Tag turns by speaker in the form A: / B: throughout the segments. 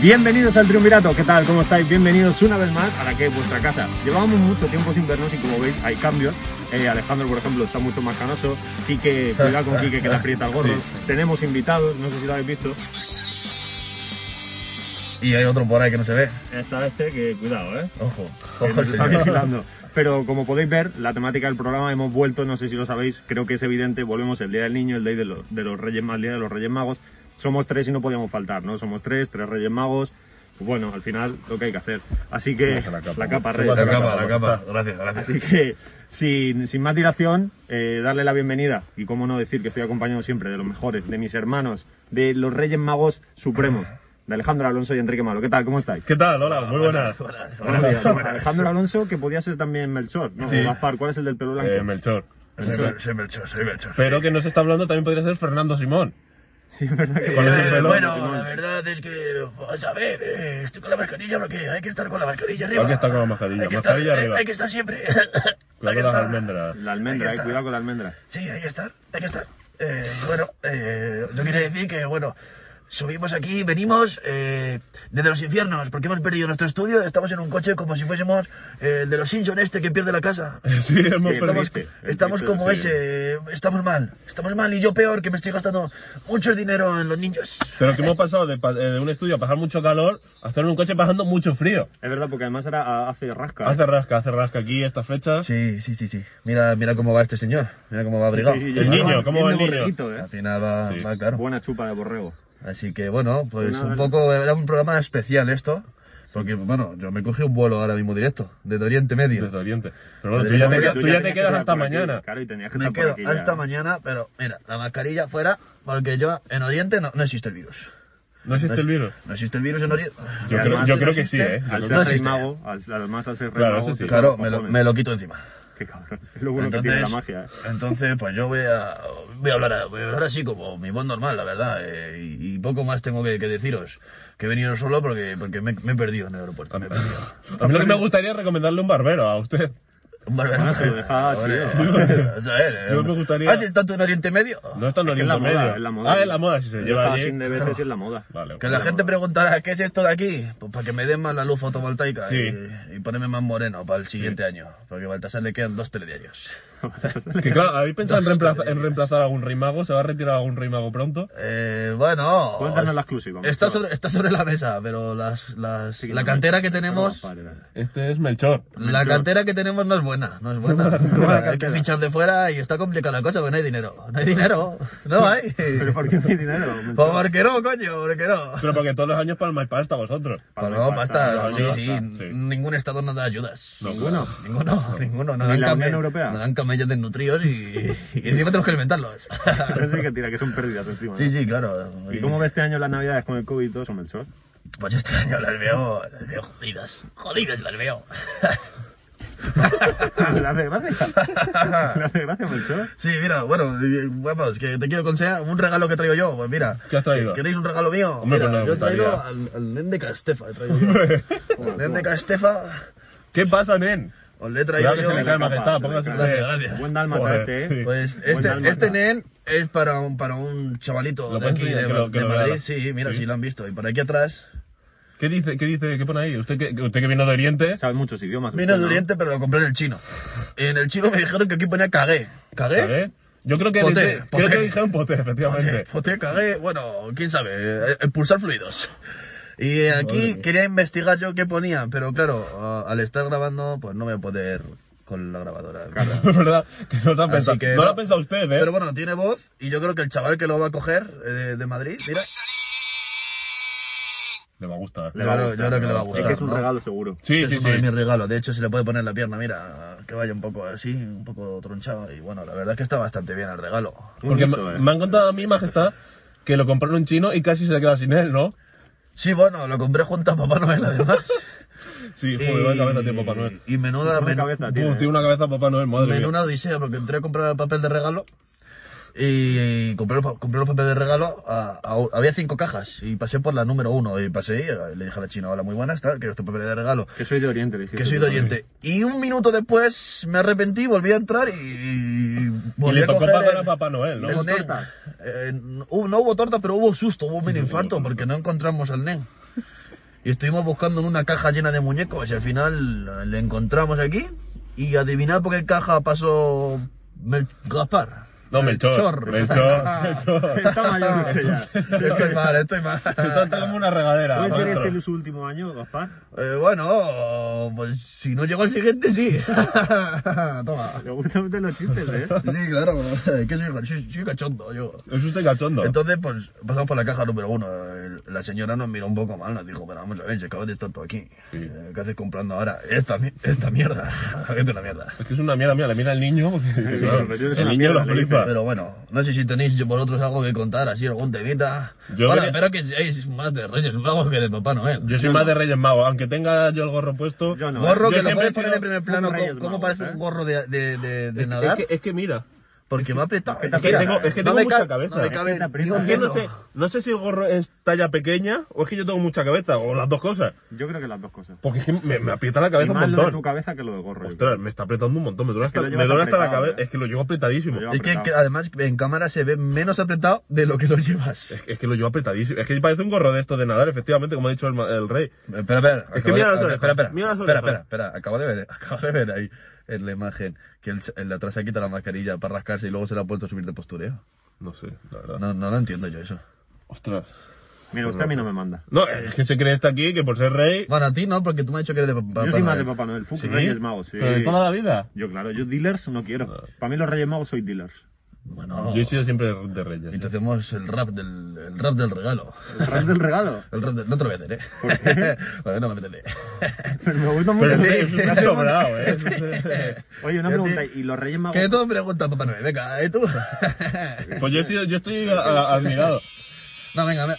A: Bienvenidos al Triunvirato, ¿qué tal? ¿Cómo estáis? Bienvenidos una vez más a la que es vuestra casa. Llevábamos mucho tiempo sin vernos y como veis hay cambios. Eh, Alejandro, por ejemplo, está mucho más canoso. Quique, cuidado con Quique que le aprieta el gorro.
B: Sí.
A: Tenemos invitados, no sé si lo habéis visto.
B: Y hay otro por ahí que no se ve.
A: Está este que cuidado, ¿eh?
B: Ojo,
A: Que
B: ojo,
A: nos está
B: señor.
A: vigilando. Pero como podéis ver, la temática del programa hemos vuelto, no sé si lo sabéis, creo que es evidente, volvemos el Día del Niño, el Día de los, de los Reyes Magos, el Día de los Reyes Magos. Somos tres y no podíamos faltar, ¿no? Somos tres, tres Reyes Magos. Bueno, al final lo que hay que hacer. Así que
B: Súbete la capa,
A: la capa,
B: ¿no?
A: Reyes.
B: Súbete la capa, la capa. Gracias, gracias.
A: Así que, sin, sin más dilación, eh, darle la bienvenida y, cómo no decir, que estoy acompañado siempre de los mejores, de mis hermanos, de los Reyes Magos Supremos, de Alejandro Alonso y Enrique Malo. ¿Qué tal? ¿Cómo estáis?
B: ¿Qué tal? Hola, muy buenas.
A: Buenos días. Bueno, Alejandro Alonso, que podía ser también Melchor, ¿no?
B: Sí.
A: O Gaspar, ¿cuál es el del pelo blanco?
B: Eh, Melchor.
A: Melchor.
B: Soy Melchor, soy Melchor. Pero que no se está hablando también podría ser Fernando Simón.
A: Sí, es verdad que
B: Con ese
C: Eh,
B: pelo,
C: bueno,
A: Simón.
C: la verdad es que, pues, a ver, eh, estoy con la mascarilla porque hay que estar con la mascarilla arriba.
B: Hay que estar con la mascarilla,
C: Hay que
B: mascarilla
C: estar, eh,
B: arriba.
C: Hay que estar siempre. Hay
B: Cuidado
C: que
B: con las
C: estar.
B: almendras.
A: La almendra,
C: Ahí
A: eh,
C: está.
A: cuidado con la almendra.
C: Sí, hay que estar, hay que estar. Eh, bueno, eh, yo quería decir que, bueno, subimos aquí, venimos eh, desde los infiernos porque hemos perdido nuestro estudio, estamos en un coche como si fuésemos eh, el de los Simpson este que pierde la casa.
B: Sí, hemos
A: Sí,
B: perdido.
C: Estamos,
A: triste, es
C: estamos
A: triste,
C: como
A: sí.
C: ese, estamos mal, estamos mal y yo peor que me estoy gastando mucho dinero en los niños.
B: Pero que hemos pasado de, pa- eh, de un estudio a pasar mucho calor a estar en un coche pasando mucho frío.
A: Es verdad, porque además era, a- hace rasca.
B: Hace rasca, hace rasca aquí estas fechas.
C: Sí, sí, sí, sí. Mira, mira cómo va este señor. Mira cómo va abrigado.
A: Sí, sí,
B: El
A: ya
B: niño,
A: estaba
B: ¿cómo va el
A: haciendo
B: niño?
A: borreguito, eh.
C: Al final va,
B: Sí.
C: va claro.
A: Buena chupa de borrego.
C: Así que bueno, pues
A: Una-
C: un poco era un programa especial esto. Porque bueno, yo me cogí un vuelo ahora mismo directo, desde Oriente Medio.
B: Desde Oriente. Pero bueno,
C: Pero
B: tú ya
C: no,
B: te,
C: pero
B: quedas-
C: tú
B: tú
C: ya
B: ya
A: tenías
B: te
A: que
B: quedas
A: estar
B: hasta
A: por aquí,
B: mañana.
A: Claro, y tenías que
C: Me
A: estar por
C: quedo
A: aquí ya.
C: hasta mañana, pero mira, la mascarilla fuera, porque yo en Oriente no, no existe el virus.
B: No existe el virus.
C: No existe el virus en Oriente.
B: Yo,
A: Y
B: creo,
A: además
B: yo
A: no
B: creo que sí,
C: existe.
B: ¿eh? Yo
A: Al
B: creo
A: ser
B: que-
C: No
A: rey
C: existe.
A: mago, al- además al ser rey
B: Claro,
A: mago,
B: eso sí.
A: te
C: Claro,
A: toca
C: me lo,
A: cojones.
C: me lo quito encima.
A: Qué cabrón. Es lo bueno que tiene la magia. eh.
C: entonces, pues yo voy a, voy a hablar a- voy a hablar así como mi voz normal, la verdad. eh, y, y poco más tengo que, que deciros. Que he venido solo porque, porque me, me he perdido en el aeropuerto. Me he perdido.
B: A mí lo que me gustaría es recomendarle un barbero a usted.
C: Un barbero.
A: Bueno, se lo dejaba
C: Hombre,
A: chido.
C: o sea, eh,
B: Yo me gustaría-
C: ¿Has estado en Oriente Medio?
B: No está en
A: Es
B: Oriente
A: la
B: Medio.
A: moda, es la moda.
B: Ah, es la moda, si se
A: Yo
B: lleva
A: estaba
B: allí.
A: sin de veces y es la moda.
B: Vale.
C: Que la gente preguntará, ¿qué es esto de aquí? Pues para que me den más la luz fotovoltaica
B: Sí.
C: y, y ponerme más moreno para el siguiente año. Porque a Baltasar le quedan dos telediarios.
B: Que claro, ¿habéis pensado en reemplazar, en reemplazar a algún rey mago? ¿Se va a retirar algún rey mago pronto?
C: Eh, bueno...
A: Cuéntanos la exclusiva.
C: Está sobre, está sobre la mesa, pero las, las,
A: Sí,
C: la
A: no,
C: cantera que
A: no,
C: tenemos...
A: vale, vale.
B: Este es Melchor.
C: La cantera que tenemos no es buena, no es buena. Hay que
A: cantera.
C: fichar de fuera y está complicada la cosa porque no hay dinero. No hay dinero, no hay.
A: Pero ¿por qué no hay dinero?
C: Pues porque no, coño, porque no.
B: Pero porque todos los años palmáis pasta vosotros.
C: Pues no, pasta,
A: no,
C: sí,
A: no,
C: sí,
A: pasta,
B: sí.
C: Ningún estado nos da ayudas.
B: No,
A: Ninguno.
C: Ninguno, ninguno. Nos
A: Ni
C: dan,
A: la Unión
C: came-
A: Europea.
C: nos dan camellos desnutridos y, y encima tenemos que alimentarlos.
A: Parece que tira, que son pérdidas encima.
C: sí,
A: ¿no?
C: sí, claro.
A: ¿Y cómo ves este año las navidades con el COVID y todo eso, Melchor?
C: Pues este año las veo, las veo jodidas. Jodidas las veo.
A: ¿Le hace gracia? ¿Le hace gracia, Melchor?
C: Sí, mira, bueno, y- vamos, que te quiero aconsejar un regalo que traigo yo. Pues mira,
B: ¿Qué has traído?
C: ¿queréis un regalo mío?
B: Hombre,
C: Mira,
B: pues no,
C: yo he traído
B: gustaría.
C: al, al nen de Castefa. He traído yo. Al nen de Castefa,
B: ¿Qué pasa, nen?
C: os le he traído
B: Cuidado que
C: yo.
B: se le cae
A: capa, se
B: majestad,
A: le
B: póngase
A: cae.
B: usted.
C: Gracias, gracias.
A: Buen dálmata
B: Joder,
A: este, ¿eh?
B: sí.
C: Pues
A: Buen
C: este,
A: dálmata.
C: este nen es para un, para un chavalito
B: Lo
C: de
B: puedes
C: aquí,
B: enseñar,
C: de,
B: que lo- que
C: de
B: lo
C: Madrid.
B: vea.
C: Sí, mira,
B: Sí.
C: si lo han visto. Y por aquí atrás,
B: ¿Qué dice, qué dice, qué pone ahí? ¿Usted que, que- usted que viene de Oriente?
A: Sabe muchos idiomas.
C: vino
A: usted,
C: de
A: ¿no?
C: Oriente, pero lo compré en el chino. En el chino me dijeron que aquí ponía cagué. ¿Cagué?
B: ¿Sabes? Yo creo que,
C: Poté,
B: dice- creo
C: poté.
B: que dijeron poté, efectivamente.
C: Poté, poté, cagué. Bueno, quién sabe, eh, expulsar fluidos. Y eh, aquí quería investigar yo qué ponía, pero claro, ah, al estar grabando, pues no voy a poder con la grabadora.
B: Es verdad, que no lo ha
C: Así
B: pensado.
C: que
B: No lo
C: no.
B: ha pensado usted, ¿eh?
C: Pero bueno, tiene voz y yo creo que el chaval que lo va a coger eh, de Madrid, mira.
B: Le va a gustar.
A: Le va a
C: Yo creo-
A: gustar,
C: yo creo
A: le
C: que le va a
A: Es que es
C: gustar,
A: un
C: ¿no?
A: regalo seguro.
B: Sí,
C: es
B: sí,
C: uno
B: sí.
C: de mis regalos. De hecho, se le puede poner la pierna, mira, que vaya un poco así, un poco tronchado. Y bueno, la verdad es que está bastante bien el regalo.
B: Porque
A: Bonito,
B: me,
A: eh.
B: me han contado a mí, majestad, que lo compró en un chino y casi se ha quedado sin él, ¿no?
C: Sí, bueno, lo compré junto a Papá Noel, además.
B: Sí, joder, vaya cabeza tiene Papá Noel.
C: Y menuda,
A: Una
C: men-
A: cabeza ¿eh? tiene.
B: Uf, tiene una cabeza Papá Noel, madre mía.
C: eh. menuda odisea, porque entré a comprar papel de regalo. Y compré, los pa- compré los papeles de regalo. a- a- había cinco cajas y pasé por la número uno. Y pasé y le dije a la china: Hola, muy buenas, tal, quiero estos papeles de regalo.
A: Que soy de Oriente, le
C: Que
A: dijiste
C: soy
A: tú
C: de
A: también.
C: oyente. Y un minuto después me arrepentí, volví a entrar y- y.
B: Y
C: volví
B: le
C: a
B: tocó
C: coger
B: pagar
C: el-
B: a Papá Noel, ¿no?
C: el nen.
A: torta?
C: Eh, no, hubo- no hubo torta, pero hubo susto, hubo un mini infarto porque no encontramos al nen. Y estuvimos buscando en una caja llena de muñecos y al final eh, le encontramos aquí. Y adivinad por qué caja pasó Mel- Gaspar.
B: No, Melchor. Melchor. Melchor.
A: Está mayor usted ya.
C: estoy mal, estoy mal.
B: Está está como una regadera.
A: ¿Puede ser
B: maestro.
A: este su último año, Gaspar?
C: Eh, bueno, pues si no llegó el siguiente, sí. Toma.
A: Le gustan usted los chistes, ¿eh?
C: Sí, claro, pero, eh, que soy, soy, soy cachondo yo.
B: Es usted cachondo.
C: Entonces, pues pasamos por la caja número uno. El- La señora nos miró un poco mal, nos dijo, pero vamos a ver, si acabas de estar tú aquí. Eh, ¿Qué haces comprando ahora esta, mi- esta mierda? Vete a la mierda.
B: Es que es una mierda, mira, le mira al niño. porque-
A: pero es una
B: el niño
A: mierda,
B: lo
A: le dice.
B: flipa.
C: Pero bueno, no sé si tenéis vosotros algo que contar, así algún temita.
B: Yo
C: Ahora,
B: quería-
C: espero que seáis más de Reyes Magos que de Papá Noel.
B: Yo soy más de Reyes Magos, aunque tenga yo el gorro puesto.
A: Yo no. ¿eh?
C: Gorro
B: Yo
C: que lo puedes
B: siempre he
C: poner
B: sido
C: en primer plano,
A: un Reyes
C: ¿cómo
A: Magos,
C: parece
A: ¿eh?
C: un gorro de, de, de, de
B: Es
C: nadar?
B: que, es que mira,
C: Porque me ha apretado. eh,
A: Es que
C: mira,
A: tengo-
B: es que
C: no
B: tengo
C: me
B: mucha
C: ca-
B: cabeza.
C: No
B: Es
C: me
B: que
C: cabe
A: te
C: ni un
A: aprieta.
B: yo
C: dedo.
B: no sé, no sé si el gorro es talla pequeña o es que yo tengo mucha cabeza, o las dos cosas.
A: Yo creo que las dos cosas.
B: Porque es que me, me aprieta la
A: Y
B: cabeza un
A: más lo de tu
B: montón.
A: cabeza que lo de gorro. yo creo.
B: Ostras, me está apretando un montón, me duele hasta,
A: lo llevas
B: me duele hasta la
A: apretado,
B: cabeza.
A: ¿eh?
B: Es que lo llevo apretadísimo.
A: Lo llevas
C: Es que, que
A: apretado.
C: además en cámara se ve menos apretado de lo que lo llevas.
B: Es, es que lo llevo apretadísimo. Es que parece un gorro de estos de nadar, efectivamente, como ha dicho el, ma- el rey.
C: Espera, espera.
B: Es que
C: acabo
B: mira
C: de-
B: las orejas,
C: Espera, espera.
B: mira las
C: espera,
B: orejas.
C: espera, espera. Acabo de ver, acabo de ver ahí en la imagen que el, ch- el de atrás se quita la mascarilla para rascarse y luego se la ha puesto a subir de postureo.
B: No sé, la verdad.
C: No, no lo entiendo yo eso.
B: Ostras.
A: Mira, usted a mí no me manda.
B: No, es que se cree este aquí, que por ser rey...
C: Bueno, a ti no, porque tú me has dicho que eres de papá.
A: Yo soy más de
C: Noel.
A: Papá Noel. Fuck
C: ¿Sí?
A: Reyes Magos, sí.
B: Pero de toda la Ah. vida.
A: Yo, claro, yo dealers no quiero. Para mí los Reyes Magos soy dealers.
C: Bueno,
B: Yo he sido siempre de reyes.
C: y te hacemos el rap del, el rap del regalo.
A: El rey del regalo.
C: El rap del, no te lo voy a hacer, ¿eh?
A: ¿Por qué?
C: bueno, no me meteré.
A: Pero me gusta mucho.
B: Pero es un sobrado, eh.
A: Oye, una
C: Ya te-
A: pregunta. ¿Y los Reyes Magos?
C: Que todo pregunta, papá Noel. Venga, ¿eh tú?
B: Pues yo, he sido, yo estoy a- a- admirado.
C: no, venga, ve-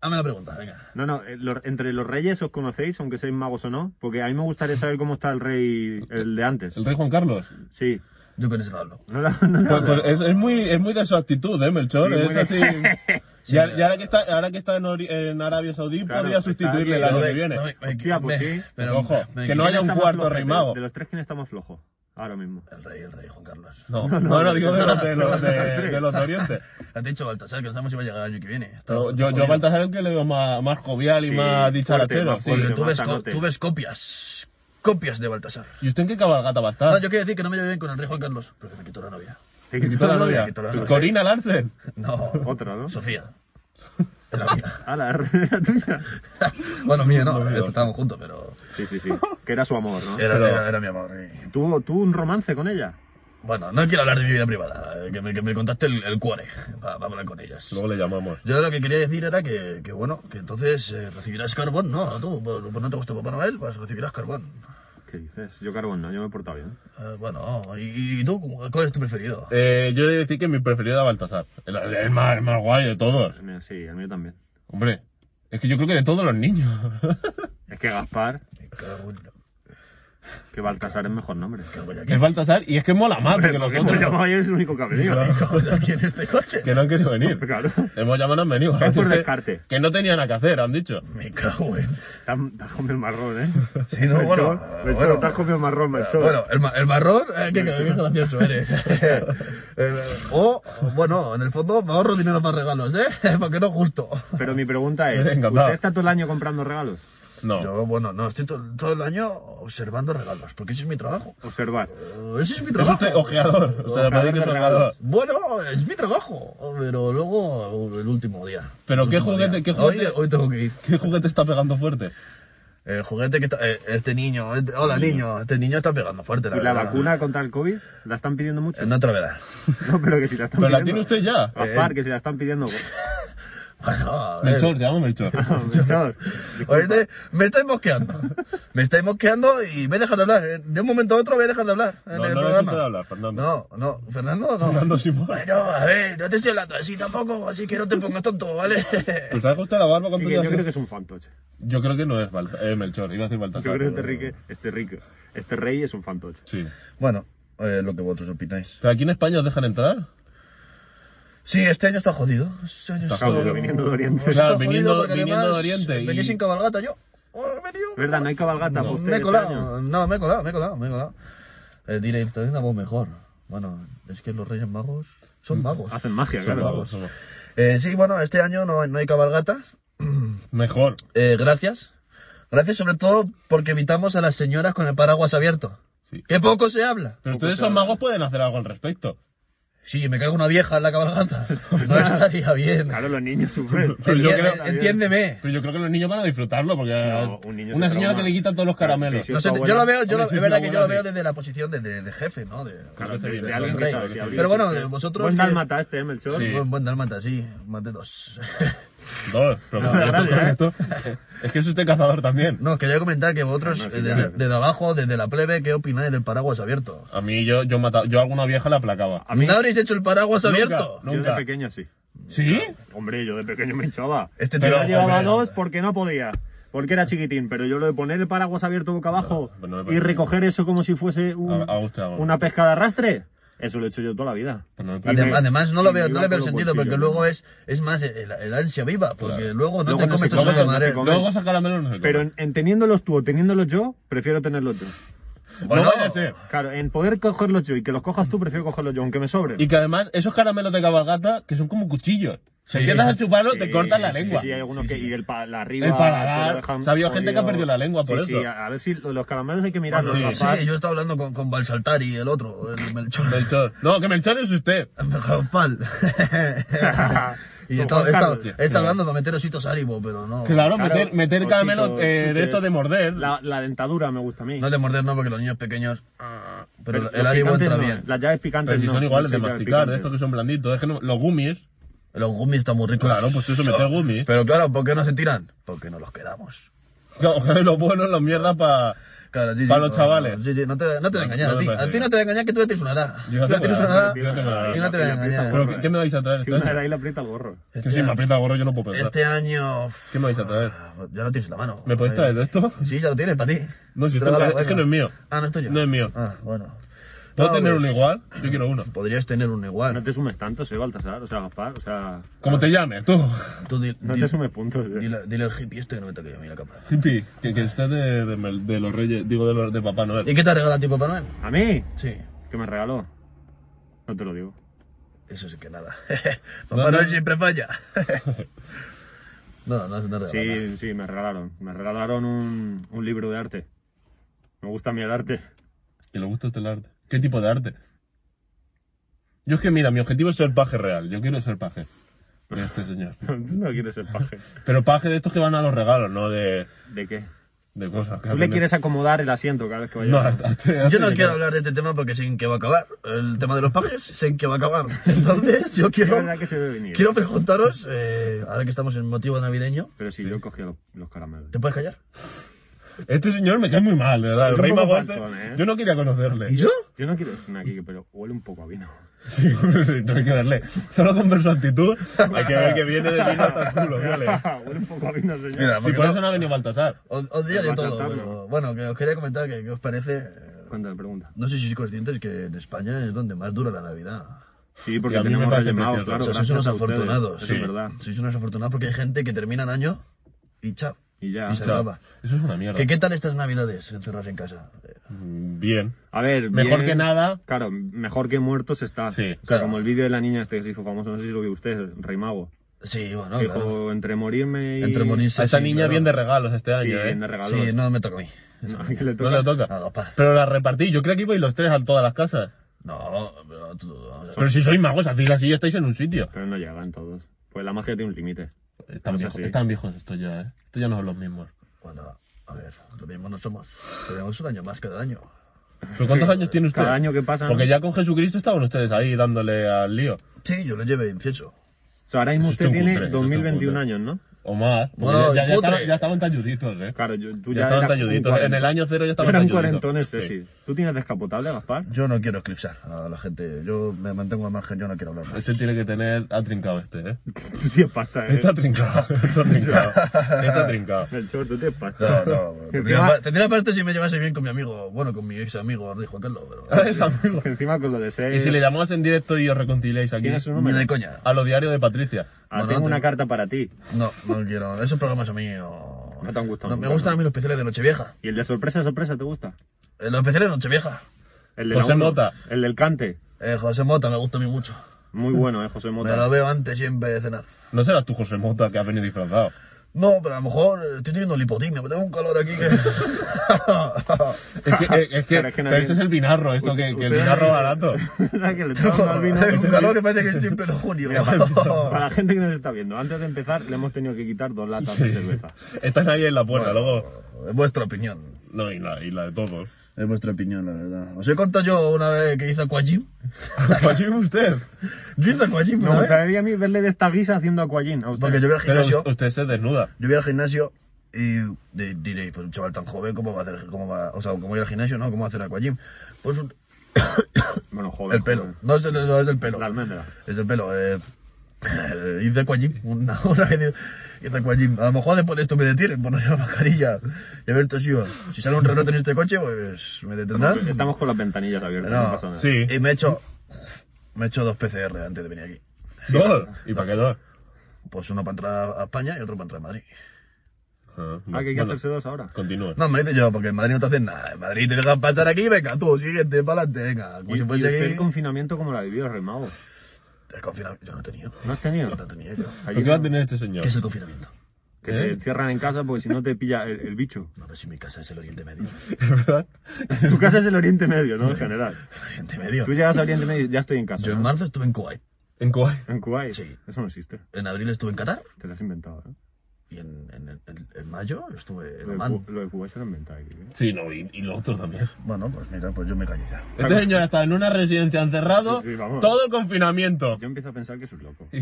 C: hazme la pregunta, venga.
A: No, no, eh, lo- entre los reyes os conocéis, aunque seáis magos o no, porque a mí me gustaría saber cómo está el rey, el de antes.
B: El rey Juan Carlos.
A: Sí.
C: Yo con eso no hablo.
A: No, la- no la-
B: Pues, pues es, es muy, es muy de su actitud, ¿eh, Melchor?
A: Sí, muy
B: es
A: de-
B: así... Y, a- y ahora que está, ahora que está en, Ori- en Arabia Saudí,
A: Claro,
B: podría
A: está
B: sustituirle el
A: ahí,
B: año
C: No,
B: que
C: ve-
B: viene.
C: no, ve- me-
A: Hostia, pues
C: me-
A: sí.
C: pero-
B: Ojo,
C: me-
B: que no haya
A: ¿Quién
B: un
A: está más
B: cuarto
A: flojo?
B: rey
A: De-
B: mago.
A: De los tres, ¿quién está más flojo? Ahora mismo.
C: El rey, el rey, Juan Carlos.
B: No, no, no, digo de los de, los, de, de los de Oriente.
C: Has dicho Baltasar que no sabemos si va a llegar el año que viene. Está-
B: Yo, yo a
C: jodido.
B: Baltasar es el que le veo más, más jovial y
A: Sí,
B: más dicharachero.
A: fuerte, más
B: sí.
C: Porque
A: Sí,
C: tú
A: más
C: ves, co-
A: sanote.
C: tú ves copias. Copias de Baltasar.
B: ¿Y usted en qué cabalgata va a estar?
C: No, yo quiero decir que no me llevo bien con el rey Juan Carlos. Pero que me quitó la novia.
A: ¿Te
B: ¿Te quitó la novia?
C: me quitó la novia.
B: Corina Larsen.
C: No.
A: Otra, ¿no?
C: Sofía. Es la mía.
A: Ah, la la tuya.
C: bueno, mía no.
B: No, no, no.
C: Estábamos juntos, pero.
A: Sí, sí, sí. Que era su amor, ¿no?
C: Era,
B: Pero-
C: era- era mi amor. y-
A: ¿Tuvo, tuvo un romance con ella?
C: Bueno, no quiero hablar de mi vida privada. eh, Que me, que me contaste el, el cuore. Para hablar con ellas.
B: Luego le llamamos.
C: Yo lo que quería decir era que, que bueno, que entonces eh, recibirás carbón, ¿no? Tú, pues pues no te gusta Papá Noel, pues recibirás carbón.
A: ¿Qué dices? Yo carbón no, yo me he portado bien.
C: Eh, bueno, ¿y, y tú? ¿Cuál es tu preferido?
B: Eh, yo he de decir que mi preferido era Baltasar. El, el más, el más guay de todos.
A: El mío, Sí, el mío también.
B: Hombre, es que yo creo que de todos los niños.
A: Es que Gaspar,
C: Me cago en la-
A: que Baltasar es mejor nombre.
C: me cago en
B: es Baltasar y es que mola más porque los
A: Porque hemos
B: otros
A: llamado ayer, es el único que ha venido.
C: la- Cago aquí en este coche.
B: que no han querido venir.
A: Claro.
B: Hemos llamado y no han venido.
A: Es por
B: Que-
A: descarte.
B: Que no tenían nada que hacer, han dicho.
C: Me cago en...
A: Te has comido el marrón, ¿eh?
C: Sí, no, bueno,
A: Melchor,
C: eh,
A: Melchor,
C: bueno.
A: te has comido el marrón, Melchor.
C: Bueno, el, ma- el marrón, eh, qué, qué gracioso eres. Eh, o, bueno, en el fondo me ahorro dinero para regalos, ¿eh? Porque no es justo.
A: Pero mi pregunta es,
B: Encantado.
A: ¿usted está todo el año comprando regalos?
B: No.
C: Yo, bueno, no, estoy to- todo el año observando regalos, porque ese es mi trabajo.
A: Observar.
C: Eh, Ese es mi
B: Es
C: trabajo.
B: usted ojeador. O sea,
A: Ojeador
B: parece que
A: de
B: es
A: regalos.
B: ojeador.
C: Bueno, es mi trabajo, pero luego el último día.
B: Pero
C: El
B: qué
C: último
B: juguete-
C: día.
B: qué juguete-
C: Hoy, hoy tengo que ir.
B: ¿Qué juguete está pegando fuerte?
C: El juguete que está... eh, este niño, este- hola niño, este niño está pegando fuerte. La
A: ¿Y la
C: verdad.
A: vacuna contra el COVID? ¿La están pidiendo mucho?
C: Eh, No te la verás.
A: No, pero que si la están
B: Pero la ¿eh?
A: pidiendo.
B: tiene usted ya.
A: Gaspar, que si la están pidiendo.
C: Bueno, a ver.
B: Melchor, te llamo Melchor.
A: Melchor,
C: Oíste, me estáis mosqueando. Me estáis mosqueando y me dejan de hablar. eh. De un momento a otro voy a dejar de hablar en
B: No,
C: el
B: no dejes
C: programa.
B: tú de hablar, Fernando.
C: No, no, Fernando no.
B: Fernando Simón.
C: Bueno, a ver, no te estoy hablando así tampoco, así que no te pongas tonto, ¿vale?
B: Pues te ha costado la barba cuánto
A: Enrique,
B: te
A: yo
B: hace?
A: creo que es un fantoche.
B: Yo creo que no es Balta- eh, Melchor, iba a decir Baltasar.
A: Yo creo que este,
B: pero-
A: Enrique- este, rico, este rey es un fantoche.
B: Sí.
C: Bueno, eh, lo que vosotros opináis.
B: ¿Pero aquí en España os dejan entrar?
C: Sí, este año está jodido. Este año está
A: jodido, viniendo de Oriente.
C: Está
B: Claro,
C: jodido
B: viniendo-
C: porque
B: viniendo
C: además
B: de Oriente y-
C: Venía sin cabalgata yo. Oh, he venido.
A: Es ¿Verdad? No hay cabalgata. para usted
C: me he
A: este año.
C: colado, no, me he colado, me he colado, me he colado. Eh, diréis, tenéis una voz mejor. Bueno, es que los Reyes Magos
B: Mm.
C: son magos.
A: Hacen magia,
B: Son
A: claro.
B: magos, son magos.
C: Eh, sí, bueno, este año no, hay- no hay cabalgatas.
B: Mejor.
C: Eh, gracias. Gracias sobre todo porque evitamos a las señoras con el paraguas abierto.
B: Sí.
C: Que poco se habla.
B: Pero ustedes esos magos pueden hacer algo al respecto.
C: Sí, me cago una vieja en la cabalgata. No estaría bien.
A: Claro, los niños sufren.
B: Pero yo creo-
C: Entiéndeme. Entiéndeme.
B: Pero yo creo que los niños van a disfrutarlo, porque
A: No, un niño se
B: una señora
A: trauma.
B: que le quita todos los caramelos.
A: Sí,
C: No sé,
A: tu
C: yo
A: abuela.
C: lo veo, yo lo-
B: Hombre, sí,
C: es verdad
B: tu
C: que yo lo
B: abuela,
C: veo desde la posición de, de- de jefe, ¿no? De,
A: Claro,
B: Sí,
A: de,
B: sí,
A: de alguien
C: del
A: que
C: rey.
A: sabe. si habría
C: Pero bueno,
A: existido.
C: vosotros
A: Buen
C: que-
A: dálmata este, ¿eh, Melchor?
B: Sí.
C: Buen, buen dálmata, sí, más de dos.
B: Dos, pero
A: No,
B: claro,
A: gracias, ¿eh?
B: esto- Es que es usted cazador también.
C: no, quería comentar que vosotros,
A: No, sí,
C: eh,
A: ya
C: desde,
A: ves.
C: desde abajo, desde la plebe, ¿qué opináis del paraguas abierto?
B: A mí yo, yo, mataba, yo a alguna vieja la aplacaba.
A: A mí,
C: ¿No habréis hecho el paraguas
B: Nunca.
C: abierto?
A: yo de
B: nunca.
A: pequeño sí.
B: ¿Sí?
A: Hombre, yo de pequeño me hinchaba.
C: Este
A: Pero
C: tío-
A: llevaba
C: hombre.
A: dos porque no podía. Porque era chiquitín, pero yo lo de poner el paraguas abierto boca abajo
B: No, no me
A: y
B: parece.
A: recoger eso como si fuese un-
B: A- a usted, a usted.
A: una pesca de arrastre, eso lo he hecho yo toda la vida.
B: Pues no me
C: Adem-
B: parece.
A: me-
C: además, no, lo
A: y me
C: veo, no
A: iba
C: le
A: con
C: veo
A: los
C: sentido porque
A: bolsillos.
C: luego es, es más el, el ansia viva, porque
B: Claro.
C: luego no
A: Luego
C: te
A: no
C: comes
A: se ¿eh?
C: tus
A: come,
C: ojos de
A: no se
C: madera.
A: come.
B: Luego esos caramelos no se
A: Pero
B: comen.
A: en- entendiéndolos tú o teniéndolos yo, prefiero tenerlos yo.
C: Bueno.
B: no vaya a ser.
A: Claro, en poder cogerlos yo y que los cojas tú, prefiero cogerlos yo, aunque me sobren.
B: Y que además, esos caramelos de cabalgata, que son como cuchillos. Si
C: Sí.
B: empiezas a chuparlos, te
A: Sí,
B: cortan la
A: sí,
B: lengua.
A: Sí, sí, hay algunos que. Y el pa- la arriba.
B: El paladar.
A: te lo dejan
B: O sea, ha habido gente que ha
A: jodido.
B: perdido la lengua por
A: Sí,
B: eso. Pues
A: Sí, a a ver si lo- los caramelos hay que mirarlos.
C: Bueno,
A: los
C: sí,
A: papás.
C: yo estaba hablando con, con Balsaltari, el otro, el Melchor.
B: Melchor. No, que Melchor es usted.
C: Mejor pal. y
A: Don
C: estaba,
A: Juan Carlos.
C: estaba- estaba hablando de meter ositos áribos, pero no.
B: Claro,
A: Claro,
B: meter, meter
A: osito,
B: caramelos eh,
A: chuche.
B: de estos de morder.
A: La, la dentadura me gusta a mí.
C: No de morder, no, porque los niños pequeños. ah, Pero, el
A: los
C: áribo
A: picantes
C: entra
A: no,
C: bien.
A: Las llaves picantes
B: Pero si
A: no,
B: son iguales
A: no soy
B: de
A: llaves
B: masticar, de
A: picantes.
B: estos que son blanditos. Es que no- los gummies,
C: Los gummies están muy ricos.
B: Claro, pues eso, meter gummies.
C: Pero claro, ¿por qué no se tiran? Porque no los quedamos.
B: claro, los buenos, los mierdas para...
C: Claro, sí, sí,
B: Para los
C: no,
B: chavales.
C: no, sí, sí, no te, no te voy a engañar.
B: no
C: a
B: me
C: ti,
B: parece
C: a ti
B: bien.
C: no te voy a engañar que tú ya tienes una edad.
B: Yo
C: Tú ya
B: tengo
C: tienes
B: una
C: una
B: edad,
C: edad.
B: yo tengo una edad.
C: Y no te voy a engañar.
B: ¿Pero ¿qué, qué me vais a traer
A: Si
B: este
A: una Este- de
B: año?
A: ahí le aprieta el gorro.
B: Que si me aprieta el gorro yo no puedo pensar.
C: Este año. uf,
B: ¿Qué me vais a traer?
C: Ya lo tienes en la mano.
B: ¿Me podéis traer esto?
C: Sí, ya lo tienes, para ti.
B: No, si
C: Te
B: tú-
C: lo
B: es
C: regalo,
B: que no es mío.
C: Ah, no es tuyo.
B: No es mío.
C: Ah, bueno.
B: ¿Puedo
C: No,
B: tener
C: pues,
B: uno igual? Yo quiero uno.
C: Podrías tener uno
A: No
C: igual.
A: te sumes tanto, soy Baltasar, o sea, Gaspar, o sea...
B: Como te llames, tú.
C: Tú di-
A: No
C: di-
A: te sumes puntos. eh.
C: Dile, dile al hippie este que no me toque yo a mí la cámara.
B: Hippie, que, que estás de, de, Mel- de los reyes, digo de, los, de Papá Noel.
A: Eh,
C: ¿Y qué te ha regalado a ti Papá Noel?
A: ¿A mí?
C: Sí.
A: que me regaló? No te lo digo.
C: Eso sí que nada.
B: No,
C: Papá Noel
B: no.
C: siempre falla. no, no, no te regala nada.
A: Sí, sí, me regalaron. Me regalaron un, un libro de arte. Me gusta a mí el arte.
B: Que le gusta a usted el arte. ¿Qué tipo de arte? Yo es que, mira, mi objetivo es ser paje real. Yo quiero ser paje. De este señor.
A: Tú no quieres ser paje.
B: Pero paje de estos que van a los regalos, no de,
A: ¿De qué?
B: de cosas. que
A: Tú le
B: hacen-
A: quieres acomodar el asiento cada vez que vaya.
B: No, este- hasta- hasta-
C: Yo no
B: hasta-
C: quiero hablar de este tema porque sé en qué va a acabar. El tema de los pajes, sé en qué va a acabar. Entonces, yo
A: Es
C: quiero,
A: verdad que se ve venir.
C: quiero preguntaros, eh, ahora que estamos en motivo navideño,
A: Pero sí, yo cogía los, los caramelos.
C: ¿te puedes callar?
B: Este señor me cae muy mal, de verdad. El
A: Es un
B: rey
A: poco
B: mago este,
A: faltón, ¿eh?
B: Yo no quería conocerle.
C: ¿Yo?
A: Yo no quiero decir nada, Kike, pero huele un poco a vino.
B: Sí, sí, no hay que darle. Solo con su actitud hay que ver que viene de vino hasta el culo, ¿vale?
A: huele un poco a vino, señor.
C: Mira,
B: Sí,
C: porque
B: por
C: no-
B: eso no ha venido Baltasar.
C: os, os diré
A: Me
C: de
A: va a
C: todo.
A: tratar,
C: pero,
A: ¿no?
C: bueno, que os quería comentar que, que os parece. eh,
A: Cuéntame, pregunta.
C: No sé si sois conscientes que en España es donde más dura la Navidad.
A: Sí,
B: Y
A: porque
B: a mí
A: tenemos
B: me parece
A: Reyes Magos,
B: precioso.
A: claro.
C: O sea, sois
A: gracias
C: unos
A: a ustedes.
C: afortunados.
A: Eso es
B: Sí.
A: verdad.
C: Sois unos afortunados porque hay gente que termina el año y chao.
A: Y ya.
C: Y se acaba.
B: Eso es una mierda.
C: ¿Qué, ¿Qué tal estas navidades encerrados en casa? Eh,
B: Mm, Bien.
A: A ver,
B: Mejor
A: bien-
B: que nada.
A: Claro, mejor que muertos está.
B: Sí,
A: O sea,
C: claro.
A: como el vídeo de la niña este que se hizo famoso, no sé si lo vio usted, Rey Mago.
C: Sí,
B: Ah,
C: bueno,
A: Dijo,
C: claro.
A: entre morirme y...
C: Entre morirse.
B: A esa
C: sí,
B: niña
C: claro.
B: bien de regalos este
A: Sí,
B: año, ¿eh?
A: en el regalo.
C: Sí, no me toca a mí.
A: No, que le
B: No
A: toca.
B: le
C: A
B: toca.
C: Gaspar.
B: Pero la repartí. Yo creo que ibais los tres a todas las casas.
C: No, pero tú. vamos a ver.
B: Pero si sois magos, hacéis así y estáis en un sitio.
A: Pero no llegan todos. Pues la magia tiene un límite.
B: Están,
A: No sé
B: viejos,
A: si-
B: están viejos estos ya, ¿eh? Estos ya no son los mismos.
C: Bueno, a ver, lo mismo no somos. Tenemos un año más cada año.
B: ¿Pero cuántos años tiene usted?
A: Cada año que pasa...
B: Porque ya con Jesucristo estaban ustedes ahí dándole al lío.
C: Sí, yo le llevé incienso.
A: O sea, ahora mismo
B: Eso
A: usted
B: es un
A: tiene
B: cutre, eso es un
A: 2021
B: cutre.
A: años, ¿no?
B: Omar, pues
C: Bueno,
B: ya, ya- ya
C: cutre.
B: estaban, ya estaban talluditos, ¿eh?
A: Claro, yo, tú ya,
B: Ya estaban
A: eras un
B: talluditos.
A: cuarentón.
B: En el año cero ya estaban
A: Era un
B: talluditos.
A: cuarentón este, sí.
B: Sí.
A: ¿Tú tienes descapotable, Gaspar?
C: Yo no quiero eclipsar a la gente. Yo me mantengo al margen, yo no quiero hablar más.
B: Este tiene que tener... Ha trincado este, ¿eh?
A: Tú tienes pasta, eh.
B: Está trincado, está trincado, está trincado.
A: El short, tú tienes pasta.
C: No, no. bro.
A: Que
C: Tendría,
A: encima-
C: pa- tendría parte si me llevase bien con mi amigo, bueno, con mi ex amigo, dijo Carlos,
A: Ah,
C: pero...
B: Es amigo.
A: Que encima con lo de ser...
B: Y si le llamamos en directo y os reconciliáis aquí,
A: Tienes un
C: Ni
A: número.
C: de coña.
B: a lo diario de Patricia.
A: Ah,
C: Bueno,
A: tengo
C: te-
A: una carta para ti.
C: No, no quiero. Esos programas a mí no...
A: No te han gustado
C: No, me
A: nunca,
C: gustan
A: ¿no?
C: a mí los especiales de Nochevieja.
A: ¿Y el de sorpresa, sorpresa, te gusta?
C: Eh, Los especiales de Nochevieja.
A: El de la
B: José
A: uno,
B: Mota.
A: El del cante.
C: Eh, José Mota me gusta a mí mucho.
A: Muy bueno, eh, José
C: Me lo
A: Mota.
C: veo antes siempre de cenar.
B: No serás tú José Mota que has venido disfrazado.
C: No, pero a lo mejor eh, estoy teniendo lipotimia, me tengo un calor aquí que...
B: Es que, es, es que,
A: Pero es que no
B: pero
A: hay-
B: eso es el vinarro, esto que, que el
A: Usted-
B: vinarro barato.
A: que le está dando al vino.
C: tengo un calor que parece que es siempre en junio.
A: Para la gente que nos está viendo, antes de empezar le hemos tenido que quitar dos latas de cerveza.
B: Están ahí en la puerta, luego.
C: Es vuestra opinión.
B: No, y la, y la de todos.
C: Es vuestra opinión, la verdad. Os he contado yo una vez que hice aquajim.
B: Joaquín, usted?
C: Yo hice aquajim
A: Me
C: una vez.
A: gustaría a mí verle de esta guisa haciendo aquagin a usted.
C: Porque yo voy al
B: Pero
C: gimnasio,
B: us- usted se desnuda.
C: yo voy al gimnasio y di- diréis, pues un chaval tan joven, ¿cómo va a hacer, cómo va, o sea, cómo ir al gimnasio, no? ¿Cómo va a hacer aquajim? Pues un-
A: Bueno, joder.
C: el pelo.
A: joder.
C: No, es el- no es el pelo.
A: La almendra.
C: Es el pelo. Eh, eh, hice aquajim, una una vez hice aquajim. A lo mejor después de esto me detienen por no llevar mascarilla y haber tosido. Si sale un reloj en este coche, pues me detendrán.
A: Estamos con las ventanillas abiertas, no,
C: No.
A: pasa nada.
B: Sí.
C: Y me he hecho. Me he hecho dos PCR antes de venir aquí.
B: ¿Dos? ¿Y para qué dos?
C: Pues uno para entrar a España y otro para entrar a Madrid.
B: Ah,
A: Ah, que hay que hacerse dos ahora.
B: Continúa.
C: No, me dice yo, porque en Madrid no te hacen nada. En Madrid te dejan pasar aquí, venga, tú, siguiente, para adelante, venga. Como
A: ¿Y,
C: si
A: y
C: fuese
A: usted
C: aquí.
A: el confinamiento como lo ha vivido, Rey Mago?
C: El confinamiento. Yo no he tenido.
A: ¿No has tenido?
C: No tenía yo.
B: ¿Por qué va a tener este señor?
C: ¿Qué es el confinamiento?
A: Que
B: ¿Eh?
A: te encierran en casa porque si no te pilla el, el bicho.
C: No, pero si mi casa es el Oriente Medio.
B: ¿Verdad?
A: Tu casa es el Oriente Medio, ¿no? En general.
C: El Oriente Medio.
A: Tú llegas a Oriente Medio y ya estoy en casa.
C: Yo en
A: ¿no?
C: marzo estuve en Kuwait.
B: En Kuwait.
A: En Kuwait.
C: Sí.
A: Eso no existe.
C: En abril estuve en Qatar.
A: Te lo has inventado, ¿eh?
C: Y en, en, en- en mayo estuve
A: Lo
C: en
A: de,
C: Oman.
A: Ku- lo de Kuwait se lo ha inventado. aquí, ¿eh?
B: Sí, no, y, y los otros también.
C: Bueno, pues mira, pues yo me callo ya.
B: Este señor está en una residencia encerrado
A: Sí, sí, vamos.
B: todo el confinamiento.
A: Yo empiezo a pensar que eso es loco.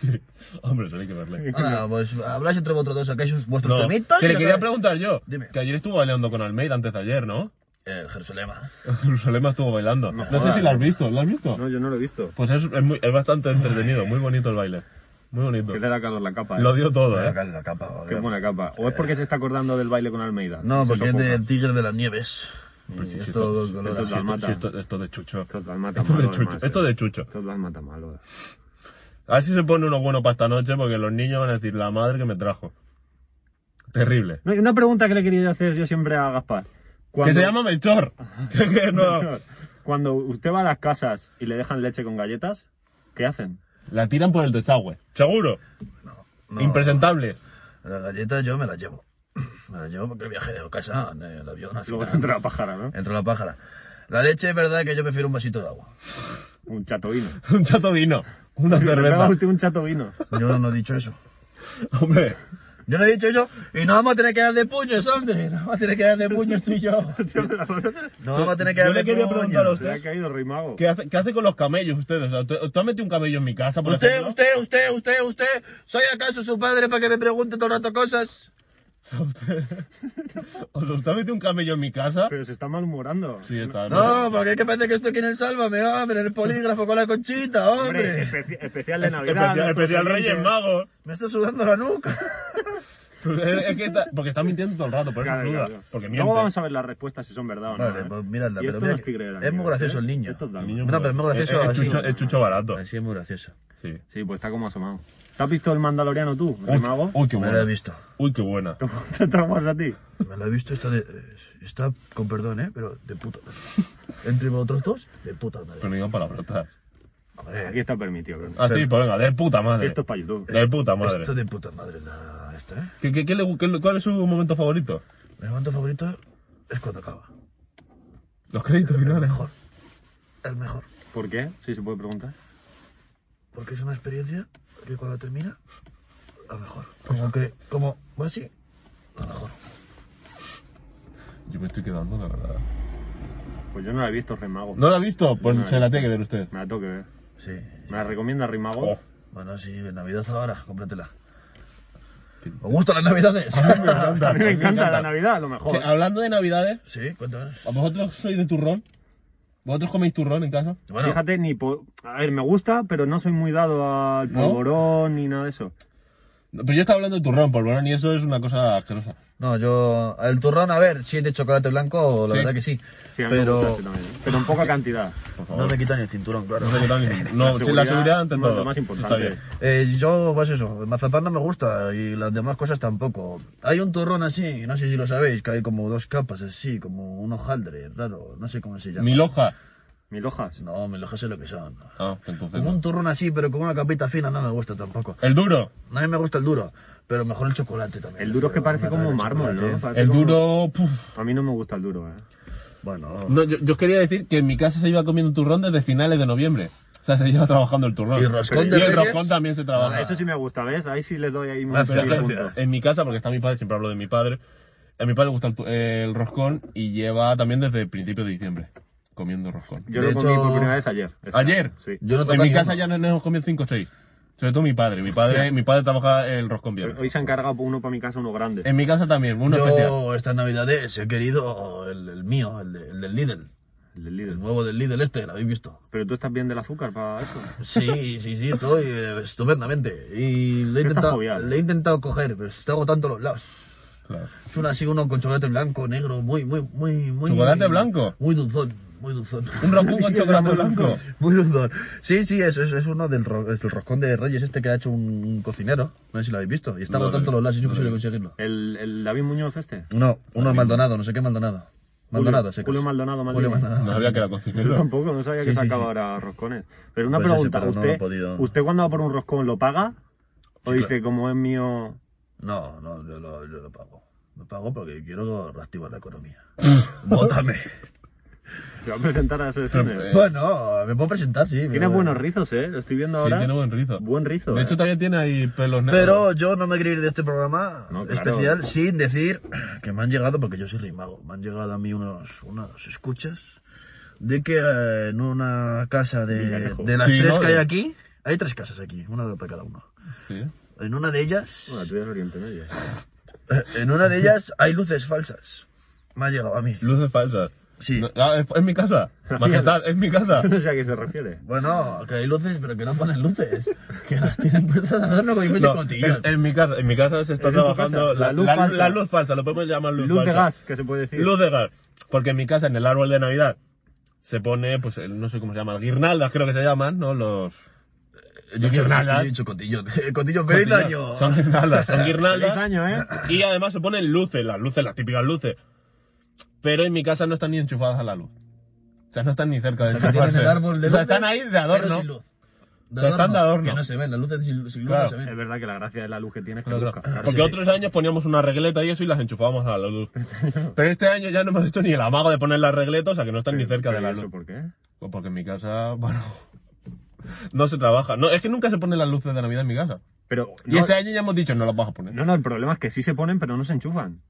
B: Sí. Hombre, eso hay que verle.
C: Ahora, pues habláis entre vosotros dos, sacáis sus- vuestros
B: No,
C: temitos.
B: que
C: y
B: le
C: yo
B: quería
C: me-
B: preguntar yo.
C: Dime.
B: Que ayer estuvo bailando con Almeida antes de ayer, ¿no?
C: Eh, Jerusalema.
B: Jerusalema estuvo bailando.
A: No
B: No, sé
A: jodas.
B: si lo has visto. ¿Lo has visto?
A: No, yo no lo he visto.
B: Pues es, es muy- es bastante entretenido. Muy bonito el baile. Muy bonito.
A: Que te da calor la capa, ¿eh?
B: Lo dio todo, ¿eh?
C: La capa,
A: Qué
C: joder.
A: buena capa. O es porque se está acordando del baile con Almeida.
C: No,
A: Se
C: porque es
A: sofoca.
C: del tigre de las nieves.
B: Pues sí,
C: Y
B: sí,
C: es todo
B: esto-
C: color.
A: esto-
B: Sí, esto,
A: Dalmata.
B: sí, esto- esto de chucho.
A: Esto es dalmata
B: Esto de
A: malo,
B: chucho.
A: además,
B: Esto
A: eh.
B: de chucho.
A: Esto es dalmata malo. eh.
B: A ver si se pone uno bueno para esta noche porque los niños van a decir la madre que me trajo. Terrible.
A: No, y una pregunta que le quería hacer yo siempre a Gaspar. Cuando-
B: Que se llama Melchor. Que- que no.
A: Señor, Cuando usted va a las casas y le dejan leche con galletas, ¿qué hacen?
B: La tiran por el desagüe. Seguro.
C: No,
B: Impresentable.
C: Las galletas yo me las llevo. Me las llevo porque el viaje de casa, en el avión, al
A: Luego
C: final,
A: te entra la pájara, ¿no?
C: Entre la pájara. La leche es verdad que yo prefiero un vasito de agua.
A: Un chato vino.
B: Un chato vino. Una
A: Le pega
B: cerveza.
A: usted un chato vino.
C: Yo no he dicho eso.
B: Hombre.
C: Yo no he dicho eso y no vamos a tener que dar de puños, hombre. No vamos a tener que dar de puños tú y yo. No vamos a tener que
B: Yo
C: dar
B: le
C: de
B: quería preguntar a
C: puños.
B: usted-
A: Se ha caído Rey Mago.
B: ¿Qué hace, qué hace con los camellos ustedes? O sea, ¿tú, tú has metido un camello en mi casa, por
C: Usted,
B: ejemplo?
C: usted, usted, usted, usted, ¿soy acaso su padre para que me pregunte todo el rato cosas?
B: ¿Os usted ha metido un camello en mi casa?
A: Pero se está malhumorando.
B: Sí, está.
C: No, porque es que parece que estoy aquí en el Sálvame, hombre, en el polígrafo con la conchita,
A: Hombre,
B: eh,
C: hombre.
A: especi- especial de Navidad.
B: Especial,
A: nuestros
B: especial Reyes
A: oyentes.
B: Magos.
C: Me está sudando la nuca.
B: Es es que está- porque está mintiendo todo el rato, por eso
A: Claro,
B: suda.
A: claro.
B: Porque miente.
A: Luego vamos a ver las respuestas si son verdad o no.
C: Vale,
A: ¿eh?
C: pues miradla,
A: Y
C: pero
A: esto
C: mira
A: no es tigre de la
C: es muy
A: nieve,
C: gracioso
A: ¿eh?
C: el niño.
A: Esto es
B: El
A: Dalmata.
B: niño
C: No, pero es muy gracioso
B: Es, es
C: así.
B: chucho, es chucho barato.
C: Así es muy gracioso.
B: Sí.
A: Sí, pues está como asomado. ¿Te has visto el mandaloriano tú, Rey
B: Uy,
A: Mago?
B: uy, qué
C: Me lo he
B: buena.
C: visto.
B: Uy, qué buena.
A: ¿Cómo te traumas a ti?
C: Me lo he visto esta de... eh, Está, con perdón, ¿eh? Pero de puta madre. Entre vosotros dos, de puta madre.
B: Pero no digo palabrotas.
C: Hombre,
A: Aquí está permitido. creo.
B: Ah, sí, pues venga, de puta madre.
A: Esto es para YouTube.
B: De puta madre.
C: Esto de puta madre, la, esta, ¿eh?
B: ¿Qué, qué- qué le- qué- ¿Cuál es su momento favorito?
C: Mi momento favorito es cuando acaba.
B: Los créditos
C: El
B: finales.
C: mejor. El mejor.
A: ¿Por qué? Sí, se puede preguntar.
C: Porque es una experiencia que cuando termina, a lo mejor. Como que, como, bueno, sí, a lo mejor.
B: Yo me estoy quedando, la verdad.
A: Pues yo no la he visto, Rey Mago.
B: ¿No la ha visto? Pues
A: No,
B: se la tiene que ver usted.
A: Me la tengo que ver.
C: Sí.
A: ¿Me la recomienda Rimago?
B: Oh,
C: Bueno, sí, Navidad ahora, cómpratela.
B: Qué-
C: ¿Os gustan las Navidades?
B: A mí me encanta.
A: A mí me encanta la Navidad, a lo mejor.
B: Que, hablando de Navidades,
C: sí, cuéntanos.
B: ¿a vosotros sois de turrón? ¿Vosotros coméis turrón en casa?
C: Bueno,
A: Fíjate, ni po- a ver, me gusta, pero no soy muy dado al
B: ¿No?
A: polvorón ni nada de eso.
B: No, Pero yo estaba hablando de turrón, polvorón, y eso es una cosa asquerosa.
C: no, yo. El turrón, a ver, si es de chocolate blanco, la
B: Sí.
C: verdad que sí.
A: Sí, a mí me gusta
C: pero.
A: ese también, ¿eh? pero en poca cantidad.
B: Por favor.
C: No me quitan el cinturón, claro.
B: No sé qué tal ni- No, sí, la seguridad ante
A: no es
B: todo.
A: lo más
B: Eso
A: importante.
B: Está bien.
C: Eh, yo, pues eso, el mazapán no me gusta y las demás cosas tampoco. Hay un turrón así, no sé si lo sabéis, que hay como dos capas así, como un hojaldre, raro, no sé cómo se llama.
B: Mil hojas.
A: Mil hojas.
C: No, me lo sé lo que son.
B: Ah, pues entonces.
C: Como
B: no.
C: un turrón así, pero con una capita fina, no me gusta tampoco.
B: El duro.
C: A mí me gusta el duro, pero mejor el chocolate también.
A: El duro es que
C: Pero
A: parece
C: me
A: como
C: atrae el
A: mármol, ¿eh? ¿no?
C: chocolate.
A: Parece
B: El
A: como-
B: duro. puf.
A: A mí no me gusta el duro, ¿eh?
C: Bueno,
B: No, yo, yo quería decir que en mi casa se iba comiendo turrón desde finales de noviembre. O sea, se lleva trabajando el turrón.
C: Y roscón de
B: Y el
C: Reyes.
B: roscón también se trabaja.
A: Ah, Eso sí me gusta, ¿ves? Ahí sí le doy ahí
C: Ah,
A: más
B: Pero es que
A: puntos.
B: en mi casa, porque está mi padre, siempre hablo de mi padre. A mi padre le gusta el, tu- el roscón y lleva también desde el principio de diciembre comiendo roscón.
A: Yo
C: De
A: lo comí por
C: hecho-
A: primera vez ayer.
B: ¿Ayer?
A: Sí.
C: yo no
B: en
C: toco
B: mi
C: ni
B: casa
C: uno.
B: ya no nos hemos comido 5 o 6. Sobre todo mi padre. Mi padre, mi padre trabaja el roscón bien.
A: Hoy se ha encargado uno para mi casa, uno grande.
B: En mi casa también, uno
C: yo
B: especial.
C: estas navidades he querido el, el mío, el, de- el del Lidl.
A: El del
C: El
A: líder.
C: nuevo del Lidl este, ¿lo habéis visto?
A: Pero tú estás bien del azúcar para eso.
C: Sí, sí, sí, estoy eh, estupendamente. Y le he,
A: Pero está
C: intentado,
A: jovial.
C: le he intentado coger, pero está agotando los lados.
B: Claro.
C: Es un así uno con chocolate blanco, negro, muy, muy, muy, muy...
B: ¿Chocolate blanco?
C: Muy dulzón, muy dulzón.
B: Un roscón con chocolate blanco.
C: Muy dulzón. Sí, sí, es, es, es uno del ro- es el roscón de Reyes este que ha hecho un, un cocinero. No sé si lo habéis visto. Y está
B: No,
C: agotando
B: no,
C: los lados, es
B: no,
C: imposible
B: no.
C: conseguirlo.
A: El, el David Muñoz este.
C: No, uno es Maldonado, no sé qué Maldonado. Maldonado, sé que
A: Julio
C: es.
A: Maldonado,
C: Julio
A: Maldini.
C: Maldonado.
B: No sabía que era
A: Yo
B: cocinero.
A: tampoco, no sabía
C: Sí,
A: que
C: sí,
A: sacaba
C: sí.
A: ahora roscones. Pero una
C: Pues ese,
A: pregunta,
C: pero no lo he
A: ¿usted,
C: podido-
A: ¿usted cuando va por un roscón lo paga? ¿O
C: Sí,
A: dice, como es mío,
C: No, no, yo lo, yo lo pago. Lo pago porque quiero reactivar la economía. Vótame.
A: se va a presentar a las
B: Pero,
A: elecciones?
B: eh,
C: Bueno, me puedo presentar, sí.
A: Tienes
C: pero-
A: buenos rizos, ¿eh? Lo estoy viendo
B: Sí,
A: ahora.
B: tiene buen rizo.
A: Buen rizo.
B: De hecho,
A: eh.
B: también tiene ahí pelos negros.
C: Pero yo no me quería ir de este programa
A: No, claro.
C: especial sin decir que me han llegado, porque yo soy rimago, me han llegado a mí unos, unos escuchas de que eh, en una casa de,
A: Villarejo.
C: de las
B: Sí,
C: tres
B: ¿no?
C: que hay aquí, hay tres casas aquí, una de para cada uno.
B: Sí.
C: En una de ellas,
A: Bueno, tú eres Oriente Medio.
C: eh, en una de ellas hay luces falsas. Me ha llegado a mí.
B: Luces falsas.
C: Sí.
B: No, ah, es, es mi casa. Majestad, es mi casa.
A: No sé a qué se refiere.
C: Bueno, que hay luces, pero que no ponen luces. que las tienen puestas de adorno con
B: No,
C: cotillo.
B: en, en mi casa, en mi casa se está
A: ¿Es en tu casa?
B: trabajando la,
A: La luz
B: la-
A: falsa.
B: la luz falsa, lo podemos llamar luz,
A: Luz,
B: falsa.
A: de gas, que se puede decir.
B: Luz de gas. Porque en mi casa, en el árbol de Navidad, se pone, pues, el- no sé cómo se llama, guirnaldas creo que se llaman, ¿no? Los...
C: Yo quiero
B: guirnaldas.
C: yo he dicho cotillo. Cotillo, feliz año.
B: Son guirnaldas, son
A: Feliz
B: guirnaldas.
A: año, ¿eh?
B: Y además se ponen luces, las luces, las típicas luces. Pero en mi casa no están ni enchufadas a la luz. O sea, no están ni cerca de
C: O sea, que tienen el
B: enchufarse.
C: árbol de
B: O sea,
C: luces,
B: están ahí de
C: pero
B: adorno.
C: sin luz.
B: O sea, están de adorno.
C: Que no se ven, las luces sin, sin luz
B: Claro.
C: no se
A: Es
C: ven.
A: verdad que la gracia de la luz que tienes es que
B: Claro,
A: busca.
B: claro.
A: Ahora
B: Porque
A: sí.
B: otros años poníamos una regleta y eso y las enchufábamos a la luz. Pero este año ya no hemos hecho ni el amago de poner la regleta, o sea que no están ni cerca de
A: ¿Y
B: la
A: eso
B: luz.
A: ¿Por qué?
B: Pues porque en mi casa, bueno, no se trabaja. No, es que nunca se ponen las luces de Navidad en mi casa.
A: Pero
B: Y
A: no-
B: este año ya hemos dicho, no las vas a poner.
A: No, no, el problema es que sí se ponen, pero no se enchufan.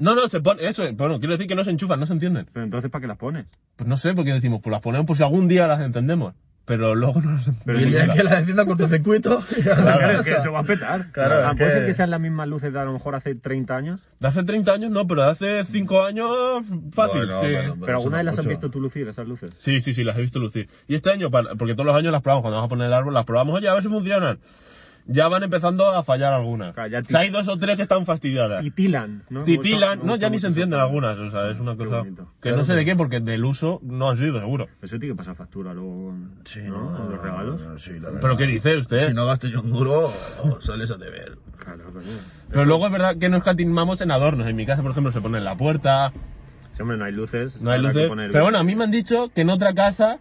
B: No, no, se pone, eso, bueno, quiero decir que no se enchufan, no se entienden.
A: Pero entonces, ¿para qué las pones?
B: Pues no sé, porque decimos, pues las ponemos por si algún día las entendemos. Pero luego no las
A: Pero
C: Y el
B: entendemos.
C: día que la encienda cortocircuito.
A: Claro,
C: claro,
A: es que eso va a petar.
C: Claro,
A: Ah,
C: es
A: Puede
C: que-
A: ser que sean las mismas luces de a lo mejor hace 30 años,
B: De hace 30 años no, pero de hace 5 años fácil.
C: Bueno,
B: sí.
C: bueno,
A: pero alguna
C: eso
A: vez las has
C: mucho.
A: visto tú lucir, esas luces.
B: Sí, sí, sí, las he visto lucir. Y este año, para- porque todos los años las probamos, cuando vamos a poner el árbol, las probamos, oye, a ver si funcionan. Ya van empezando a fallar algunas.
A: Claro, ya ti-
B: O sea, hay dos o tres que están fastidiadas.
A: Titilan, ¿no?
B: Titilan,
A: Me gusta- me
B: no,
A: pues, gusta
B: ya ni
A: mucho
B: se entienden
A: eso.
B: algunas, o sea, es una
A: Qué
B: cosa
A: bonito.
B: que no sé de qué, porque del uso no han sido seguro.
A: Eso tiene que pasar factura luego con
C: Sí,
A: ¿no?
C: no,
A: con los regalos.
C: no, sí, la
B: Pero
C: verdad.
B: ¿qué dice usted?
C: Si no gastas yo un duro, sales a deber.
A: Claro, coño.
B: Pero luego es verdad que nos catimamos en adornos. En mi casa, por ejemplo, se pone en la puerta,
A: Sí, hombre, no hay luces.
B: no hay
A: habrá que
B: luces.
A: poner-
B: Pero bueno, a mí me han dicho que en otra casa,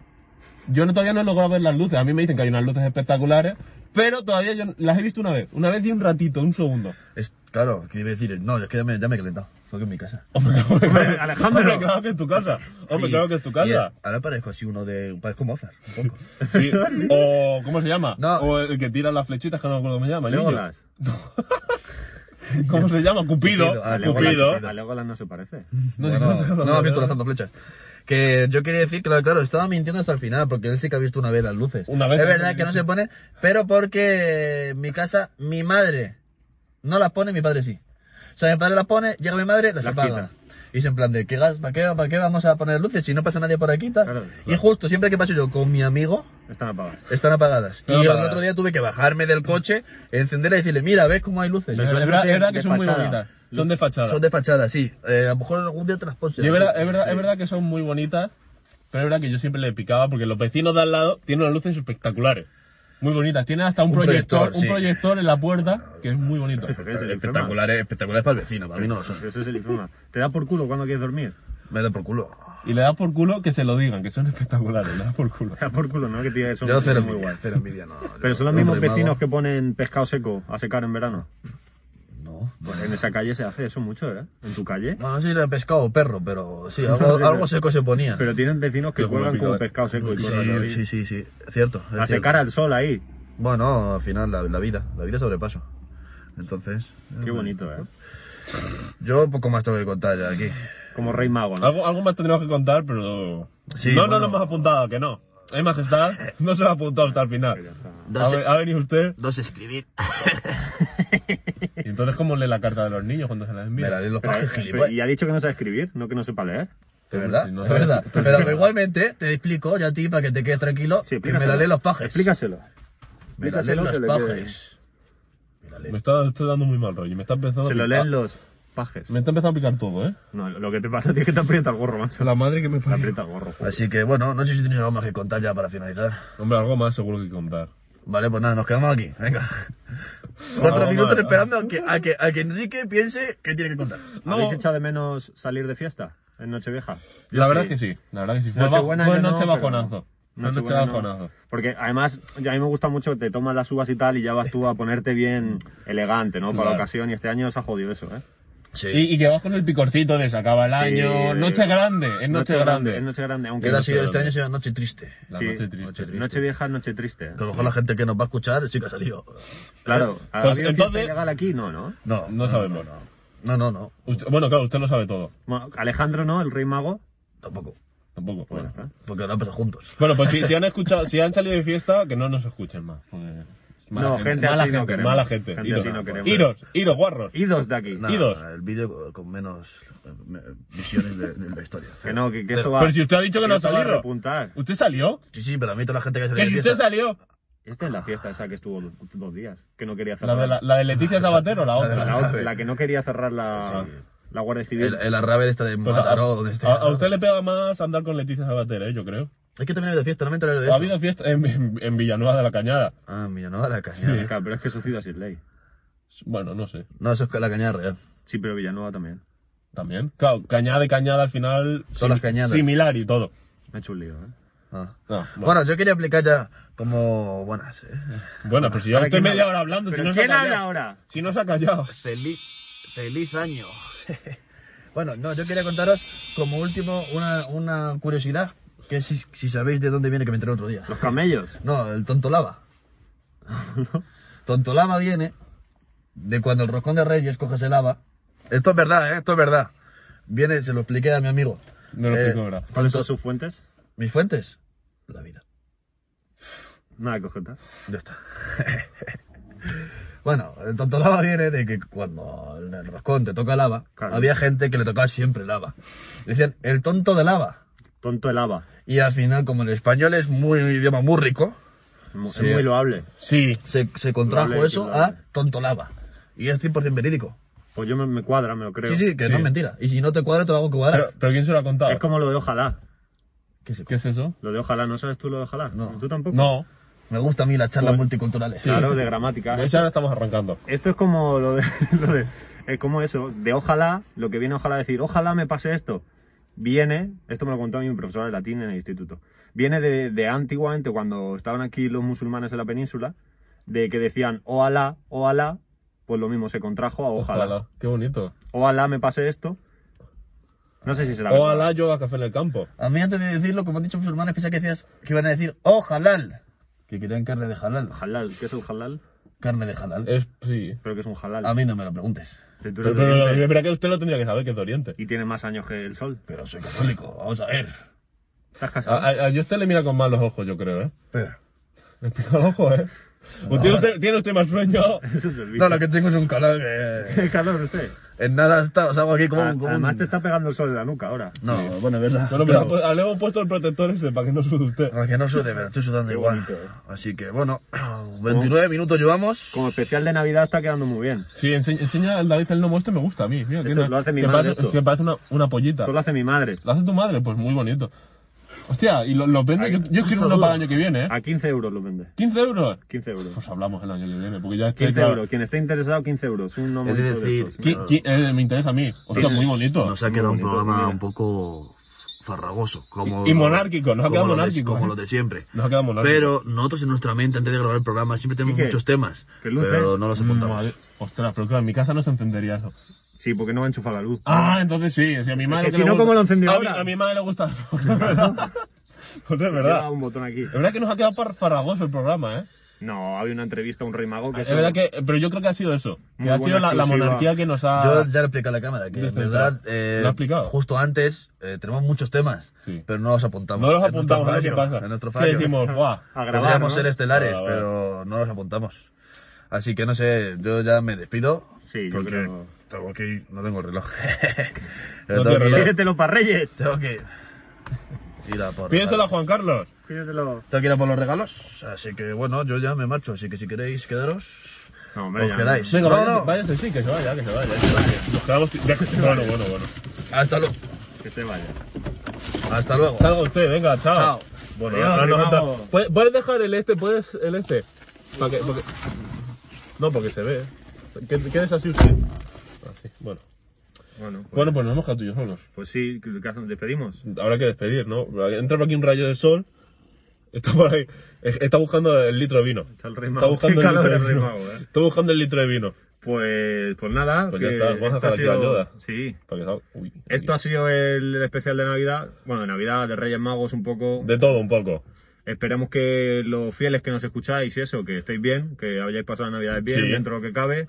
B: yo no, todavía no he logrado ver las luces. A mí me dicen que hay unas luces espectaculares, pero todavía yo las he visto una vez. Una vez di un ratito, un segundo.
C: Es, claro, que iba a decir, no, es que ya me, ya me he calentado. Fue que en mi casa.
B: Hombre,
A: Hombre, Alejandro.
B: Hombre, claro que es tu casa. Hombre,
C: Y-
B: claro que es tu
C: y, eh,
B: casa.
C: ahora parezco así uno de. Parezco Mozart, un poco.
B: Sí. O, ¿cómo se llama?
C: No.
B: O el que tira las flechitas, que no me acuerdo cómo se llama. el niño.
A: Legolas.
B: ¿Cómo se llama? Cupido.
C: Cupido, ah,
A: A Legolas-
B: Cupido.
A: A Legolas no se parece.
B: No,
C: Bueno,
B: sí, no, no,
C: no, has
B: no,
C: visto
B: no.
C: lanzando flechas. Que yo quería decir, claro, claro, estaba mintiendo hasta el final, porque él sí que ha visto una vez las luces.
B: Una vez.
C: Es verdad que no se pone, pero porque en mi casa, mi madre no las pone, mi padre sí. O sea, mi padre las pone, llega mi madre, las,
A: Las
C: apaga.
A: quita.
C: Y es en plan de, ¿qué gas? ¿Para qué, ¿Para qué vamos a poner luces si no pasa nadie por aquí? tal?
A: Claro,
C: Y
A: claro.
C: justo, siempre que paso yo con mi amigo,
A: Están apagadas.
C: están apagadas.
B: Están
C: y
B: apagadas.
C: el otro día tuve que bajarme del coche, encenderla y decirle, mira, ¿ves cómo hay luces?
B: Es verdad, es verdad que son muy
A: De fachada.
B: bonitas. Son de fachada.
C: Son de fachada, sí. Eh, a lo mejor algún día te las puse.
B: Y es, verdad, es, verdad, es verdad que son muy bonitas, pero es verdad que yo siempre le picaba porque los vecinos de al lado tienen unas luces espectaculares. Muy bonitas. Tienen hasta un,
C: Un
B: proyector,
C: proyector,
B: un
C: sí.
B: proyector en la puerta que es muy bonito.
A: Pero ese es el
C: Espectacular, eh, espectacular para el vecino, para mí no lo son.
A: problema. Ese es el problema. Te da por culo cuando quieres dormir.
C: Me da por culo.
B: Y le das por culo que se lo digan, que son espectaculares, le das por culo.
A: Te da por culo, ¿no? Que tío, son
C: Yo cero
A: muy
C: envidia,
A: guay.
C: cero envidia, no.
A: Pero
C: Yo
A: son los
C: no
A: mismos
C: soy mago.
A: vecinos que ponen pescado seco a secar en verano.
C: No,
A: Pues en esa calle se hace eso mucho, ¿eh? En tu calle.
C: Bueno, no sé si era pescado o perro, pero sí,
A: No
C: algo,
A: sé,
C: algo
A: pero-
C: seco se ponía.
A: Pero tienen vecinos que
B: Pero como
A: cuelgan
B: pica-
A: como pescado seco y cosas
C: sí,
A: así.
C: sí, sí, sí, cierto. es
A: A
C: cierto.
A: secar al sol ahí.
C: Bueno, al final la, la vida, la vida sobrepaso. Entonces,
A: Qué bonito, ¿eh?
C: yo poco más tengo que contar ya aquí.
A: Como rey mago,
C: Ah,
A: ¿no?
B: Algo, algo más tendremos que contar, pero...
C: Sí,
B: no, no
C: bueno.
B: nos hemos apuntado, que no. Hay majestad, no se ha apuntado hasta el final. Ha,
C: Dos, e-
B: ve- ha venido usted.
C: dos escribir.
B: Y entonces, ¿cómo lee la carta de los niños cuando se la envía?
C: Me la leí los
A: Pero,
C: pasos,
A: pero-
C: gilipollas.
A: y ha dicho que no sabe escribir, no que no sepa leer.
C: De verdad,
B: Sí, no
C: de
B: sé.
C: verdad. Pero igualmente te explico yo a ti para que te quedes tranquilo.
A: pues Sí,
C: que
A: explícaselo.
C: me la leen los pajes.
A: Explícaselo.
C: me la leen
A: explícaselo que
C: los
A: le
C: pajes. Me la
B: Me
C: leen.
B: está, está dando muy mal rollo. Me está empezando
A: Se
B: a
A: lo
B: picar-
A: leen los pajes.
B: Me está empezando a picar todo, ¿eh?
A: No, lo que te pasa tío, es que te aprieta el gorro, macho.
B: La madre que me
A: Te aprieta el gorro. joder.
C: Así que bueno, no sé si tenéis algo más que contar ya para finalizar.
B: Hombre, algo más seguro que contar.
C: Vale, pues nada, nos quedamos aquí. Venga. Cuatro
B: No,
C: minutos
B: vale.
C: esperando a que, a, que, a que Enrique piense que tiene que contar.
A: ¿Habéis
B: No.
A: echado de menos salir de fiesta en Nochevieja? Yo
B: La verdad es que sí, la verdad que sí. Fue,
A: Nochebuena
B: ba- fue
A: yo no,
B: noche
A: pero-
B: bajonazo. Fue noche
A: Nochebuena no.
B: bajonazo.
A: Porque además, ya a mí me gusta mucho que te tomas las uvas y tal y ya vas tú a ponerte bien elegante, ¿no? Para la
B: Claro.
A: ocasión y este año se ha jodido eso, ¿eh?
C: Sí.
B: Y, y que vas con el picorcito de se acaba el año.
A: de-
B: Noche grande, es noche, grande.
A: Es noche grande, aunque...
C: Era
A: no-
C: así, este año sido noche triste.
B: La
A: sí,
B: noche triste.
A: noche, noche vieja, noche triste. ¿eh?
C: Que a lo mejor la gente que nos va a escuchar sí que ha salido.
A: Claro. ¿Ha
B: Pues
A: habido
B: entonces-
A: fiesta ilegal aquí? No, ¿no?
C: No,
B: No sabemos.
C: No, no, no, no,
B: Usted- bueno, claro, usted lo sabe todo.
A: Bueno, Alejandro no, el rey mago.
C: tampoco.
B: Tampoco.
A: Bueno,
B: Bueno,
A: está.
C: Porque ahora empezamos juntos.
B: Bueno, pues si, si han escuchado, si han salido de fiesta, que no nos escuchen más. porque es mala
A: No, gente
B: mala
A: así no
B: gente,
A: queremos.
B: mala gente.
A: Gente
B: Iros,
A: así no queremos.
B: iros, iros, guarros.
A: Idos de aquí.
C: Nada,
B: Y dos.
C: El vídeo con menos eh, me- visiones de, de la historia.
A: Que no, que, que esto va...
B: Pero si usted ha dicho que no ha
A: esto va a
B: salido.
A: repuntar.
B: ¿Usted salió?
C: Sí, sí, pero a mí toda la gente que se
B: Que si usted salió.
A: Esta es la fiesta esa que estuvo dos- dos días, que no quería
B: La
A: cerrar.
B: de, la, la de Leticia Sabatero, la
C: La de
B: otra.
C: la-
A: La otra, la que no quería cerrar la, la Guardia Civil.
C: El, el arrabe de esta de
B: Pues a,
C: Mataró. de este-
B: a- a usted le pega más andar con Leticia Sabatero, ¿eh? yo creo.
C: Es que también ha habido fiesta, no me enteré de eso.
B: Ha habido fiesta en, en- en Villanueva de la Cañada.
C: Ah, mira, no, a la cañada.
A: Claro, pero es que eso es ciudad sin ley.
B: Bueno, no sé.
C: No, eso es la cañada real.
A: Sí, pero Villanueva también.
B: También. Claro, cañada y cañada al final.
C: Son
B: simi-
C: las cañadas.
B: Similar y todo.
A: Me ha hecho un lío, ¿eh?
C: Ah.
B: Ah, bueno.
C: Bueno, yo quería aplicar ya como buenas. eh.
B: Bueno, pero si ya estoy
A: quién
B: media
A: habla?
B: hora hablando, si
A: ¿Pero
B: no se ha
A: ¿Quién habla
B: callado.
A: ahora?
B: Si no se ha callado.
C: Feliz, feliz año. bueno, no, yo quería contaros como último una, una curiosidad, que si, si sabéis de dónde viene que me enteré otro día.
A: Los camellos.
C: No, el tonto lava. tonto lava viene de cuando el roscón de Reyes coge ese lava. Esto es verdad, ¿eh? esto es verdad. Viene, se lo expliqué a mi amigo.
B: No lo
C: Eh,
B: explico ahora.
A: ¿Cuáles
C: tonto-
A: son sus fuentes?
C: Mis fuentes. La vida.
A: Nada, cojeta.
C: Ya está. bueno, el tonto lava viene de que cuando en el roscón te toca lava,
A: Claro.
C: había gente que le tocaba siempre lava. Decían, el tonto de lava.
A: Tonto el haba.
C: Y al final, como el español es muy un idioma muy rico,
A: Mu-
C: Sí.
A: Es muy loable.
B: Sí.
C: se, se contrajo
A: Loable,
C: eso
A: loable.
C: a tonto lava. Y es 100% verídico.
A: Pues yo me, me cuadra, me lo creo.
C: sí, sí, que no
B: sí.
C: es mentira. Y si no te cuadra, te lo hago cuadrar.
B: Pero, pero ¿quién se lo ha contado?
A: Es como lo de ojalá.
C: Que se-
B: ¿Qué es eso?
A: Lo de ojalá, ¿no sabes tú lo de ojalá?
C: No.
A: ¿Tú tampoco?
B: No.
C: Me gusta a mí las charlas
B: Bueno.
C: multiculturales.
A: Claro, de gramática.
B: Pues ahora estamos arrancando.
A: Esto es como lo de. Lo de eh, es como eso, de ojalá, lo que viene ojalá decir, ojalá me pase esto. Viene, esto me lo contó a mí mi profesora de latín en el instituto. Viene de, de antiguamente, cuando estaban aquí los musulmanes en la península, de que decían ojalá, ojalá, pues lo mismo, se contrajo a ojalá. Ojalá,
B: Qué bonito.
A: me pase esto. No sé si será. verdad.
B: Ojalá yo haga café en el campo.
C: A mí antes de decirlo, como han dicho mis hermanos, pensaba que decías que iban a decir ¡Oh, halal! Que querían carne de halal.
A: Halal, ¿qué es el halal?
C: Carne de halal.
B: Es, sí.
A: Creo que es un halal.
C: A mí no me lo preguntes.
A: Tú eres
B: Pero,
A: de
B: pero,
A: Oriente
B: es verdad que usted lo tendría que saber, que es de Oriente.
A: y tiene más años que el sol.
C: Pero soy católico, vamos a ver.
A: ¿Estás
B: A,
A: casado?
B: a, a Justin le mira con malos ojos, yo creo, ¿eh?
C: Espera.
B: Le pica el ojo, ¿eh? O ¿Tiene, usted, tiene usted más sueño?
A: Eso te olvida.
C: No, lo que tengo es un calor que...
A: El calor usted.
C: En nada está, salgo aquí como,
B: Ah,
A: A-
C: un- como un-
A: Además te está pegando el sol en la nuca ahora.
C: No, bueno, es verdad. Pero-
B: Bueno, pero pues, le hemos puesto el protector ese para que no sude usted.
C: No, que no sude, pero estoy sudando igual.
B: eh.
C: Así que bueno, 29 minutos llevamos.
A: Como especial de Navidad está quedando muy bien.
B: Sí, enseña, enseña al David el gnomo este, me gusta a mí. Mira,
A: Esto
B: tiene-
A: lo hace mi
B: que
A: madre,
B: parece,
A: esto.
B: que parece una, una pollita.
A: Esto lo hace mi madre.
B: ¿Lo hace tu madre? Pues muy bonito. Hostia, y lo, lo vende. Yo, yo quiero uno para el año que viene, ¿eh?
A: A 15 euros lo vende.
B: 15 euros.
A: 15 euros.
B: Pues hablamos el año que viene, porque ya estoy.
A: 15
B: claro.
A: euros. Quien esté interesado, 15 euros. Un
C: Es
A: nombre de
C: decir,
A: estos.
B: Qui- qui- eh, me interesa a mí. Hostia, muy bonito.
C: Nos ha quedado un
A: bonito,
C: programa
A: mira.
C: un poco farragoso. Como
B: Y- y monárquico, nos ha
C: como
B: quedado
C: lo de-
B: monárquico,
C: Como
B: ¿eh?
C: los de siempre.
B: Nos ha quedado molado.
C: Pero nosotros en nuestra mente, antes de grabar el programa, siempre tenemos
A: ¿Y qué?
C: muchos temas.
A: ¿Qué luces?
C: Pero no los
A: Mm.
C: apuntamos.
B: Madre- Ostras, pero claro, en mi casa no se encendería eso.
A: Sí, porque no va a enchufar la luz.
B: Ah, entonces sí. sí, a mi madre
A: que
B: que
A: si
B: le
A: no,
B: gusta-
A: ¿cómo lo encendió
B: a mi,
A: ahora?
B: a mi madre le gusta. Pues es verdad.
A: Lleva un botón aquí.
B: Es verdad que nos ha quedado par- farragoso el programa, ¿eh?
A: No, había una entrevista a un rey mago que
B: Ah, Es
A: Ah, eso-
B: verdad que, pero yo creo que ha sido eso. Que
A: Muy
B: ha
A: buena
B: sido la, la
A: exclusiva.
B: monarquía que nos ha.
C: Yo ya le he explicado a la cámara que, en
B: Desde
C: verdad,
B: ya.
C: eh,
B: ¿Lo ha explicado?
C: justo antes eh, tenemos muchos temas,
B: Sí.
C: pero no los apuntamos.
B: No los
C: Es nuestro
B: apuntamos, a ver qué
C: fallo,
B: pasa.
C: Es nuestro
B: Que
C: fallo.
B: decimos, guau.
A: A grabar,
C: Podríamos
A: ¿no?
C: ser estelares,
B: Ah, vale.
C: pero no los apuntamos. Así que no sé, yo ya me despido.
A: Sí, yo
C: porque
A: creo-
C: tengo que ir- no tengo el reloj.
B: No
C: Pero tengo,
B: tiene
C: que, ir-
B: reloj.
A: Pídetelo para Reyes.
C: tengo que ir. ir a por
B: Piénsala,
C: regalos.
B: Juan Carlos.
A: Pídetelo.
C: Tengo que ir a por los regalos, así que bueno, yo ya me marcho, así que si queréis quedaros,
A: No, hombre,
C: os
A: ya.
C: quedáis.
B: Venga,
C: No,
B: váyase,
C: no,
B: váyase, sí, que se vaya, que se vaya. que se vaya. Nos quedamos. ya- Bueno, bueno, bueno.
C: Hasta luego.
A: Que se vaya.
C: Hasta luego.
B: Salga usted, venga, chao.
C: Chao.
B: Bueno,
A: Adiós,
B: Pues, ahora nos
A: Rey
B: entra-
A: Mago.
B: ¿Puedes, puedes dejar el este, puedes el este. Pa' que- porque- No, porque se ve. ¿Qué, qué es así usted? Así, bueno.
A: Bueno, pues,
B: Bueno, pues nos hemos quedado tú y yo solos.
A: pues sí, ¿qué hacemos? ¿Despedimos?
B: Habrá que despedir, ¿no? Entra por aquí un rayo de sol. Está por ahí. Eh, Está buscando el litro de vino.
A: Está el rey
B: Está
A: mago.
B: buscando
A: Qué
B: el litro
A: calor
B: de
A: el rey
B: vino.
A: mago, eh.
B: Está buscando el litro de vino.
A: Pues, pues nada.
B: Pues ya
A: que
B: está, vamos a
A: esto ha
B: dejar aquí la
A: sido-
B: ayuda.
A: Sí.
B: Para que salga- uy,
A: Esto ha
B: aquí.
A: sido el especial de Navidad. Bueno, de Navidad, de Reyes Magos un poco.
B: De todo un poco.
A: Esperemos que los fieles que nos escucháis y eso, que estéis bien, que hayáis pasado las Navidades bien,
B: Sí.
A: dentro de lo que cabe.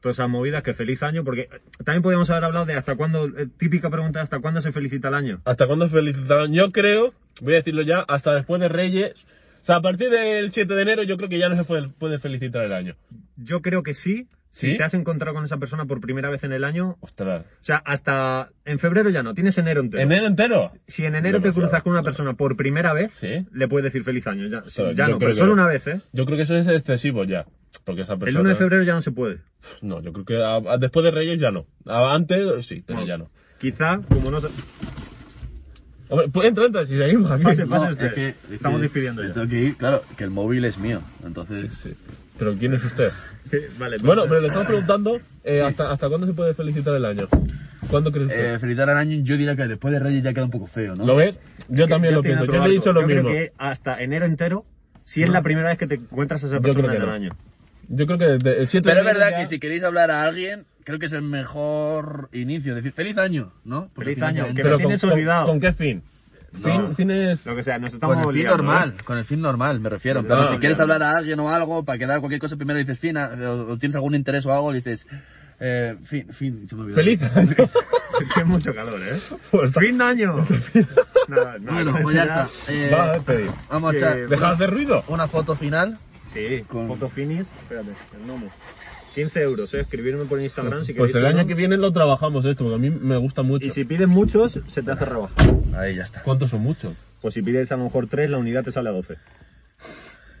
A: Todas esas movidas, que feliz año, porque eh, también podríamos haber hablado de hasta cuándo, eh, típica pregunta, ¿hasta cuándo se felicita el año?
B: ¿Hasta cuándo felicitarán? Yo creo, voy a decirlo ya, hasta después de Reyes. O sea, a partir del 7 de enero yo creo que ya no se puede, puede felicitar el año.
A: Yo creo que sí.
B: ¿Sí?
A: Si te has encontrado con esa persona por primera vez en el año,
B: Ostras.
A: o sea, hasta en febrero ya no, tienes enero entero.
B: ¿Enero entero?
A: Si en enero te
B: Demasiado,
A: cruzas con una
B: claro.
A: persona por primera vez,
B: Sí.
A: le puedes decir feliz año. Ya,
B: sea,
A: ya
B: yo
A: no,
B: creo
A: pero
B: que
A: solo
B: no. Pues
A: una vez, ¿eh?
B: Yo creo que eso es excesivo ya. Porque esa
A: El
B: persona...
A: 1 de febrero ya no se puede.
B: No, yo creo que a- a- después de Reyes ya no. A- Antes sí, pero
A: Bueno,
B: ya no.
A: Quizá, como no se...
B: Hombre, pues entra, entra, si seguimos aquí.
A: Pase, pase
C: No, eh,
A: usted.
C: es que- es
A: Estamos
C: que
A: despidiendo ya.
C: Tengo que ir, claro, que el móvil es mío, entonces...
B: Sí. Pero ¿quién es usted?
A: Vale,
B: Bueno,
A: pues-
B: pero le estamos preguntando eh, hasta, hasta cuándo se puede felicitar el año. ¿Cuándo crees usted?
C: Eh, felicitar al año, yo diría que después de Reyes ya queda un poco feo, ¿no?
B: ¿Lo ves? Yo también lo
A: estoy en
B: pienso.
A: otro
B: Yo le he
A: barco.
B: dicho lo
A: Yo
B: mismo.
A: Creo que hasta enero entero, si es la primera vez que te encuentras a esa
B: Yo
A: persona
B: creo que
A: en el
B: no.
A: año.
B: Yo creo que desde el 7
C: Pero es
B: de enero
C: verdad
B: ya-
C: que si queréis hablar a alguien, creo que es el mejor inicio. Decir, feliz año, ¿no?
A: Feliz
C: al final
A: año,
C: ya-
A: que- lo
B: con-
A: tienes
B: con,
A: olvidado.
B: ¿Con qué fin? Fin, fin es...
A: Lo que sea, nos estamos
C: Con el fin
A: liando,
C: normal,
A: ¿eh?
C: con el fin normal, me refiero.
A: No,
C: Pero si
A: ya
C: quieres
A: no.
C: hablar a alguien o algo, para quedar cualquier cosa, primero dices fin, a- o, o tienes algún interés o algo, le dices, eh, fin, fin, se me olvidó.
B: Feliz año.
A: Tiene mucho calor, ¿eh?
B: Pues está-
A: ¡Fin de año! Nada, nada,
C: Bueno,
A: nada.
C: pues ya está. Eh,
B: Va a despedir.
C: vamos a
A: que-
C: echar
B: Deja de hacer ruido.
C: una foto final.
A: Sí,
C: Con-
A: con foto finis. Espérate, el gnomo. 15 euros, ¿eh? Escribirme por Instagram si queréis.
B: Pues el año que
A: uno.
B: viene lo trabajamos esto, porque a mí me gusta mucho.
A: Y si pides muchos, se te hace rebajar.
C: Ahí ya está.
B: ¿Cuántos son muchos?
A: Pues si pides a lo mejor 3, la unidad te sale a 12.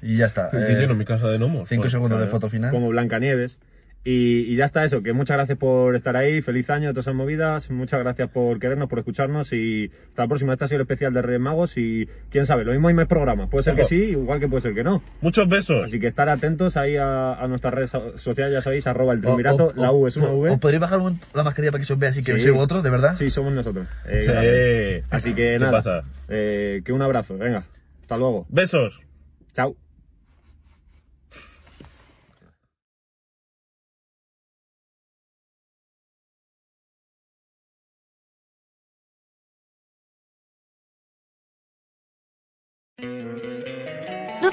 C: Y ya
A: Eh,
C: está.
B: Sí, lleno mi casa de gnomos.
C: cinco
B: Pues,
C: segundos de
B: claro.
C: foto final.
A: como Blancanieves. Y, y ya está eso, que muchas gracias por estar ahí, feliz año, todas esas movidas, muchas gracias por querernos, por escucas y hasta la próxima. Este ha sido el especial de Reyes Magos y quién sabe, lo mismo hay más programas, puede ser que
B: Ojo.
A: sí, igual que puede ser que no.
B: Muchos besos.
A: Así que estar atentos ahí a, a nuestras redes so- sociales, ya sabéis, arroba el
C: O-
A: triunvirato,
C: o-
A: la
C: o-
A: U es una
C: o-
A: V.
C: ¿Os podéis bajar un momento la mascarilla para que se os vea así que
A: Sí.
C: soy otro, de verdad?
A: Sí, somos nosotros. Eh, gracias.
B: Eh,
A: Así que
B: ¿Qué
A: nada,
B: pasa?
A: eh, que un abrazo, venga, hasta luego,
B: Besos.
A: chao.
D: ¿No